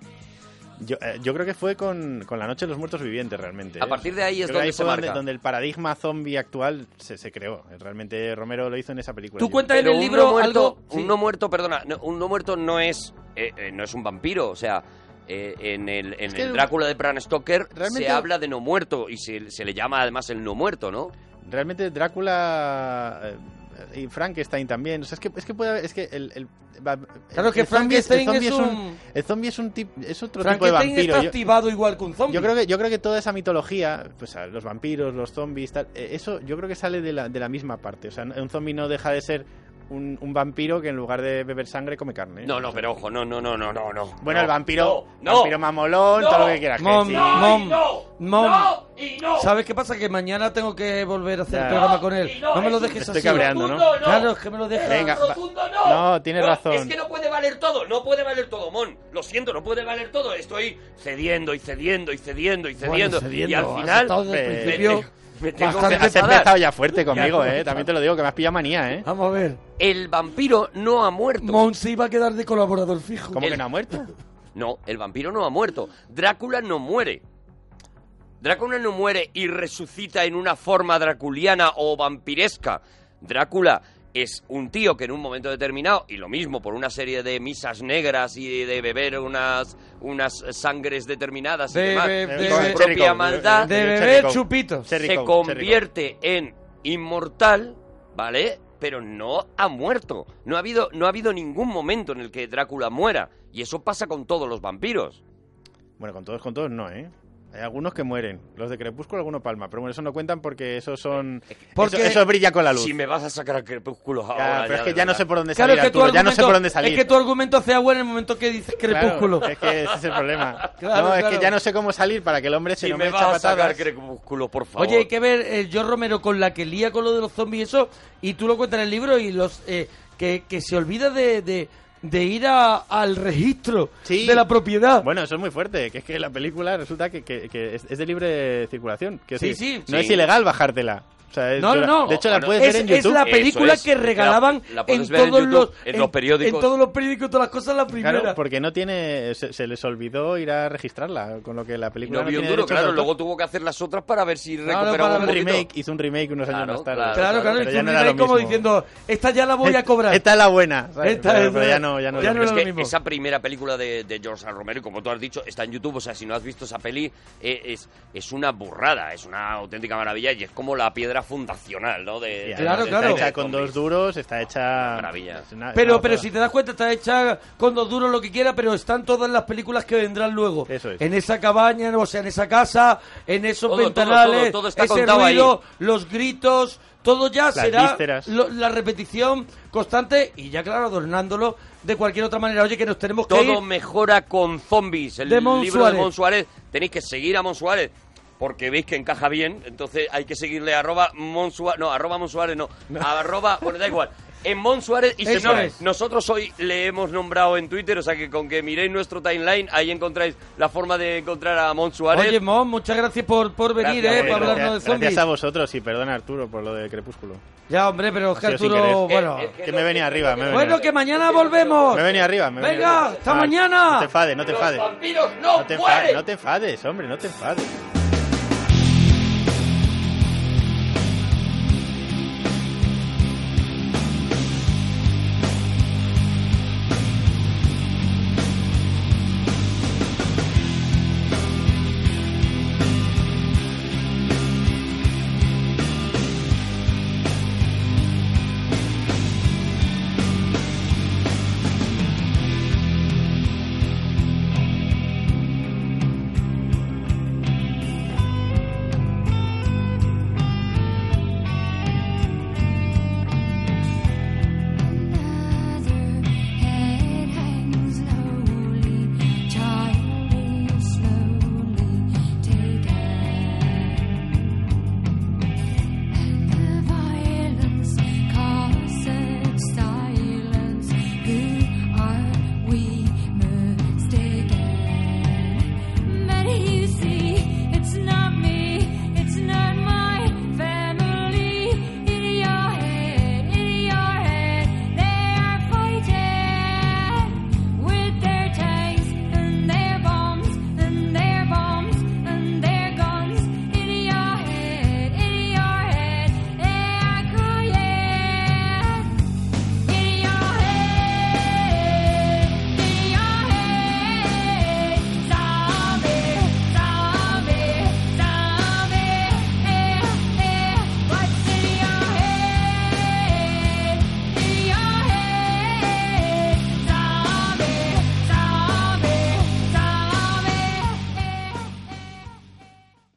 Speaker 4: Yo, eh, yo creo que fue con, con La Noche de los Muertos Vivientes, realmente.
Speaker 3: A
Speaker 4: ¿eh?
Speaker 3: partir de ahí es
Speaker 4: Creo que
Speaker 3: donde se
Speaker 4: fue
Speaker 3: marca.
Speaker 4: Donde, el paradigma zombie actual se, se creó. Realmente Romero lo hizo en esa película.
Speaker 2: Tú
Speaker 4: Yo-
Speaker 2: cuenta en
Speaker 3: Pero
Speaker 2: el
Speaker 3: un
Speaker 2: libro
Speaker 3: no muerto,
Speaker 2: algo.
Speaker 3: un no muerto, perdona, no, un no muerto no es eh, eh, no es un vampiro, o sea, eh, en el, en
Speaker 4: que
Speaker 3: el Drácula de Bram Stoker
Speaker 4: realmente-
Speaker 3: se habla de no muerto y se, se le llama además el no muerto, ¿no?
Speaker 4: Realmente Drácula eh, y Frankenstein también. O sea, es que, es que puede haber- Es que el. el- va-
Speaker 2: Claro que
Speaker 4: el zombie
Speaker 2: Frankenstein
Speaker 4: el zombie
Speaker 2: es un-
Speaker 4: El zombie es, un tip- es otro tipo de
Speaker 2: Frankenstein
Speaker 4: vampiro.
Speaker 2: está
Speaker 4: Yo-
Speaker 2: activado igual que un zombie.
Speaker 4: Yo creo que yo creo que toda esa mitología, pues a los vampiros, los zombies, tal, eh, eso yo creo que sale de la, de la misma parte. O sea, un zombie no deja de ser un, un vampiro que en lugar de beber sangre come carne.
Speaker 3: No, no, pero ojo, no, no, no, no, no, no.
Speaker 4: Eh, Bueno,
Speaker 3: No,
Speaker 4: el vampiro,
Speaker 3: no, no.
Speaker 4: vampiro mamolón,
Speaker 3: No.
Speaker 4: todo lo que quieras. que
Speaker 2: Mom,
Speaker 4: sí.
Speaker 2: mom,
Speaker 1: no,
Speaker 2: mom.
Speaker 1: no y no.
Speaker 2: ¿Sabes qué pasa? Que mañana tengo que volver a hacer
Speaker 4: Ya.
Speaker 2: el programa con él.
Speaker 1: Y no,
Speaker 2: No me lo
Speaker 1: es un-
Speaker 2: dejes
Speaker 4: Estoy
Speaker 2: así.
Speaker 4: cabreando, ¿no?
Speaker 1: Rotundo,
Speaker 2: Claro, es que me lo dejes.
Speaker 4: Venga, va-
Speaker 1: Rotundo, no.
Speaker 4: no, tienes
Speaker 3: No,
Speaker 4: razón.
Speaker 3: Es que no puede valer todo, no puede valer todo, Mon. Lo siento, no puede valer todo. Estoy cediendo y cediendo y cediendo y cediendo. y
Speaker 2: cediendo,
Speaker 3: al
Speaker 2: has
Speaker 3: final
Speaker 2: estado desde el
Speaker 3: me-
Speaker 2: principio
Speaker 3: me tengo que
Speaker 2: bastante
Speaker 4: Has
Speaker 3: enfadar.
Speaker 4: empezado ya fuerte conmigo, eh. También te lo digo que me has pillado manía,
Speaker 3: Ah,
Speaker 4: eh.
Speaker 2: Vamos a ver.
Speaker 3: El vampiro no ha muerto.
Speaker 2: Mon se iba a quedar de colaborador fijo.
Speaker 4: ¿Cómo que
Speaker 3: El-
Speaker 4: no ha muerto?
Speaker 3: No, el vampiro no ha muerto. Drácula no muere. Drácula no muere y resucita en una forma draculiana o vampiresca. Drácula es un tío que en un momento determinado, y lo mismo por una serie de misas negras y de beber unas, unas sangres determinadas y
Speaker 2: De-
Speaker 3: demás,
Speaker 2: de-
Speaker 3: y
Speaker 2: de-
Speaker 3: su
Speaker 2: de-
Speaker 3: propia maldad,
Speaker 2: de- beber
Speaker 4: Cherry Coke.
Speaker 2: chupitos.
Speaker 4: Cherry
Speaker 3: se
Speaker 4: Coke, Cherry Coke.
Speaker 3: convierte en inmortal, ¿vale? Pero no ha muerto. No ha, habido, no ha habido ningún momento en el que Drácula muera. Y eso pasa con todos los vampiros.
Speaker 4: Bueno, con todos, con todos no, ¿eh? Hay algunos que mueren. Los de Crepúsculo, alguno palma. Pero bueno, eso no cuentan porque esos son.
Speaker 2: Porque-
Speaker 4: Eso, eso brilla con la luz.
Speaker 3: Si me vas a sacar a crepúsculo
Speaker 4: Ya,
Speaker 3: ahora.
Speaker 4: pero es
Speaker 3: de
Speaker 4: que ya no
Speaker 3: verdad.
Speaker 4: sé por dónde
Speaker 2: Claro,
Speaker 4: salir,
Speaker 2: es que, tu
Speaker 4: Arturo, ya no sé por dónde
Speaker 2: argumento,
Speaker 4: salir.
Speaker 2: es que tu argumento hace agua en el momento que dices
Speaker 4: Claro,
Speaker 2: crepúsculo.
Speaker 4: es que ese es el problema.
Speaker 2: Claro,
Speaker 4: no, es
Speaker 2: claro.
Speaker 4: que ya no sé cómo salir para que el hombre se
Speaker 3: Si
Speaker 4: no
Speaker 3: me
Speaker 4: me
Speaker 3: vas
Speaker 4: echa
Speaker 3: a sacar
Speaker 4: patadas.
Speaker 3: crepúsculo, por favor.
Speaker 2: Oye, hay que ver eh, George Romero con la que lía con lo de los zombies y eso, y tú lo cuentas en el libro y los eh, que, que se olvida de, de- de ir a- al registro
Speaker 4: Sí.
Speaker 2: de la propiedad.
Speaker 4: Bueno, eso es muy fuerte, que es que la película resulta que, que- que es, es de libre circulación. Que
Speaker 2: Sí,
Speaker 4: sí,
Speaker 2: sí,
Speaker 4: No
Speaker 3: sí.
Speaker 4: es ilegal bajártela. O sea, es-
Speaker 2: No,
Speaker 4: yo
Speaker 2: no,
Speaker 4: la-
Speaker 2: no.
Speaker 4: De hecho, la
Speaker 3: No,
Speaker 4: puedes
Speaker 2: es,
Speaker 4: ver en YouTube.
Speaker 2: es la
Speaker 3: Eso
Speaker 2: película
Speaker 3: es,
Speaker 2: que
Speaker 3: es que la-
Speaker 2: regalaban
Speaker 3: la
Speaker 2: en,
Speaker 3: puedes
Speaker 2: todos
Speaker 3: ver en YouTube,
Speaker 2: los,
Speaker 3: en los periódicos.
Speaker 2: en todos los periódicos, todas las cosas, la primera.
Speaker 4: Claro, porque no tiene. Se, se les olvidó ir a registrarla, con lo que la
Speaker 3: Y
Speaker 4: película.
Speaker 3: no vio
Speaker 4: tiene
Speaker 3: duro,
Speaker 4: derechos de
Speaker 3: claro.
Speaker 4: autor.
Speaker 3: Luego tuvo que hacer las otras para ver si
Speaker 2: Claro,
Speaker 3: recuperaba
Speaker 2: para
Speaker 3: un
Speaker 4: un
Speaker 2: ver-
Speaker 3: poquito.
Speaker 4: remake, hizo un remake unos años
Speaker 3: Claro,
Speaker 4: más tarde.
Speaker 3: claro,
Speaker 2: claro, claro,
Speaker 4: pero
Speaker 2: y
Speaker 4: ya
Speaker 2: tú
Speaker 4: no era lo
Speaker 2: miras como
Speaker 4: mismo.
Speaker 2: diciendo, esta ya la voy a cobrar.
Speaker 4: Esta es la buena. ¿sabes?
Speaker 2: Esta
Speaker 4: pero,
Speaker 2: es
Speaker 4: pero
Speaker 2: la-
Speaker 4: ya no, ya no.
Speaker 2: ya
Speaker 4: es
Speaker 2: no
Speaker 4: lo
Speaker 2: es
Speaker 3: Es
Speaker 2: lo
Speaker 4: mismo.
Speaker 3: que
Speaker 2: mismo.
Speaker 3: esa primera película de, de George Romero, y como tú has dicho, está en YouTube. O sea, si no has visto esa peli, eh, es, es una burrada, es una auténtica maravilla y es como la piedra fundacional, ¿no? De,
Speaker 4: Y
Speaker 3: de-
Speaker 2: Claro,
Speaker 4: además
Speaker 3: de-
Speaker 2: claro.
Speaker 3: de-
Speaker 4: Está hecha con
Speaker 3: zombies.
Speaker 4: dos duros, está hecha.
Speaker 3: Maravilla.
Speaker 4: es una- eh,
Speaker 2: Pero,
Speaker 4: una
Speaker 2: pero
Speaker 4: gozada.
Speaker 2: si te das cuenta, está hecha con dos duros lo que quiera, pero están todas las películas que vendrán luego.
Speaker 4: Eso es.
Speaker 2: En esa cabaña, o sea, en esa casa, en esos
Speaker 3: Todo, todo,
Speaker 2: ventanales,
Speaker 3: todo, todo está
Speaker 2: ese
Speaker 3: contado ahí.
Speaker 2: ruido, los gritos, todo ya será
Speaker 4: vísceras.
Speaker 2: lo- la repetición constante y ya, claro, adornándolo de cualquier otra manera. Oye, que nos tenemos que
Speaker 3: Todo
Speaker 2: ir.
Speaker 3: mejora con zombies. El
Speaker 2: De Mon
Speaker 3: libro
Speaker 2: Suárez.
Speaker 3: de Mon Suárez. Tenéis que seguir a Mon Suárez porque veis que encaja bien. Entonces hay que seguirle arroba Mon Suárez. No, arroba Mon Suárez, no. Arroba, bueno, da igual. En Mon Suárez y
Speaker 2: Eso
Speaker 3: señores,
Speaker 2: es.
Speaker 3: nosotros hoy le hemos nombrado en Twitter, o sea que con que miréis nuestro timeline, ahí encontráis la forma de encontrar a Mon Suárez.
Speaker 2: Oye, Mon, muchas gracias por, por venir,
Speaker 3: Gracias,
Speaker 2: eh,
Speaker 4: Pero
Speaker 2: para
Speaker 3: Pedro.
Speaker 2: hablarnos de
Speaker 4: gracias,
Speaker 2: zombies.
Speaker 4: gracias a vosotros y perdona Arturo por lo de Crepúsculo.
Speaker 2: Ya, hombre, pero es que
Speaker 4: Ha sido sin
Speaker 2: Arturo,
Speaker 4: querer.
Speaker 2: bueno.
Speaker 3: Eh, eh,
Speaker 4: Que me venía arriba, me venía
Speaker 2: Bueno, que mañana volvemos.
Speaker 4: Me venía arriba, me venía
Speaker 2: Venga,
Speaker 4: arriba.
Speaker 2: hasta
Speaker 4: Ah,
Speaker 2: mañana.
Speaker 4: No te enfades, no te
Speaker 3: Los
Speaker 4: enfades.
Speaker 3: vampiros no,
Speaker 4: No te enfades,
Speaker 3: mueren.
Speaker 4: no te enfades, hombre, no te enfades.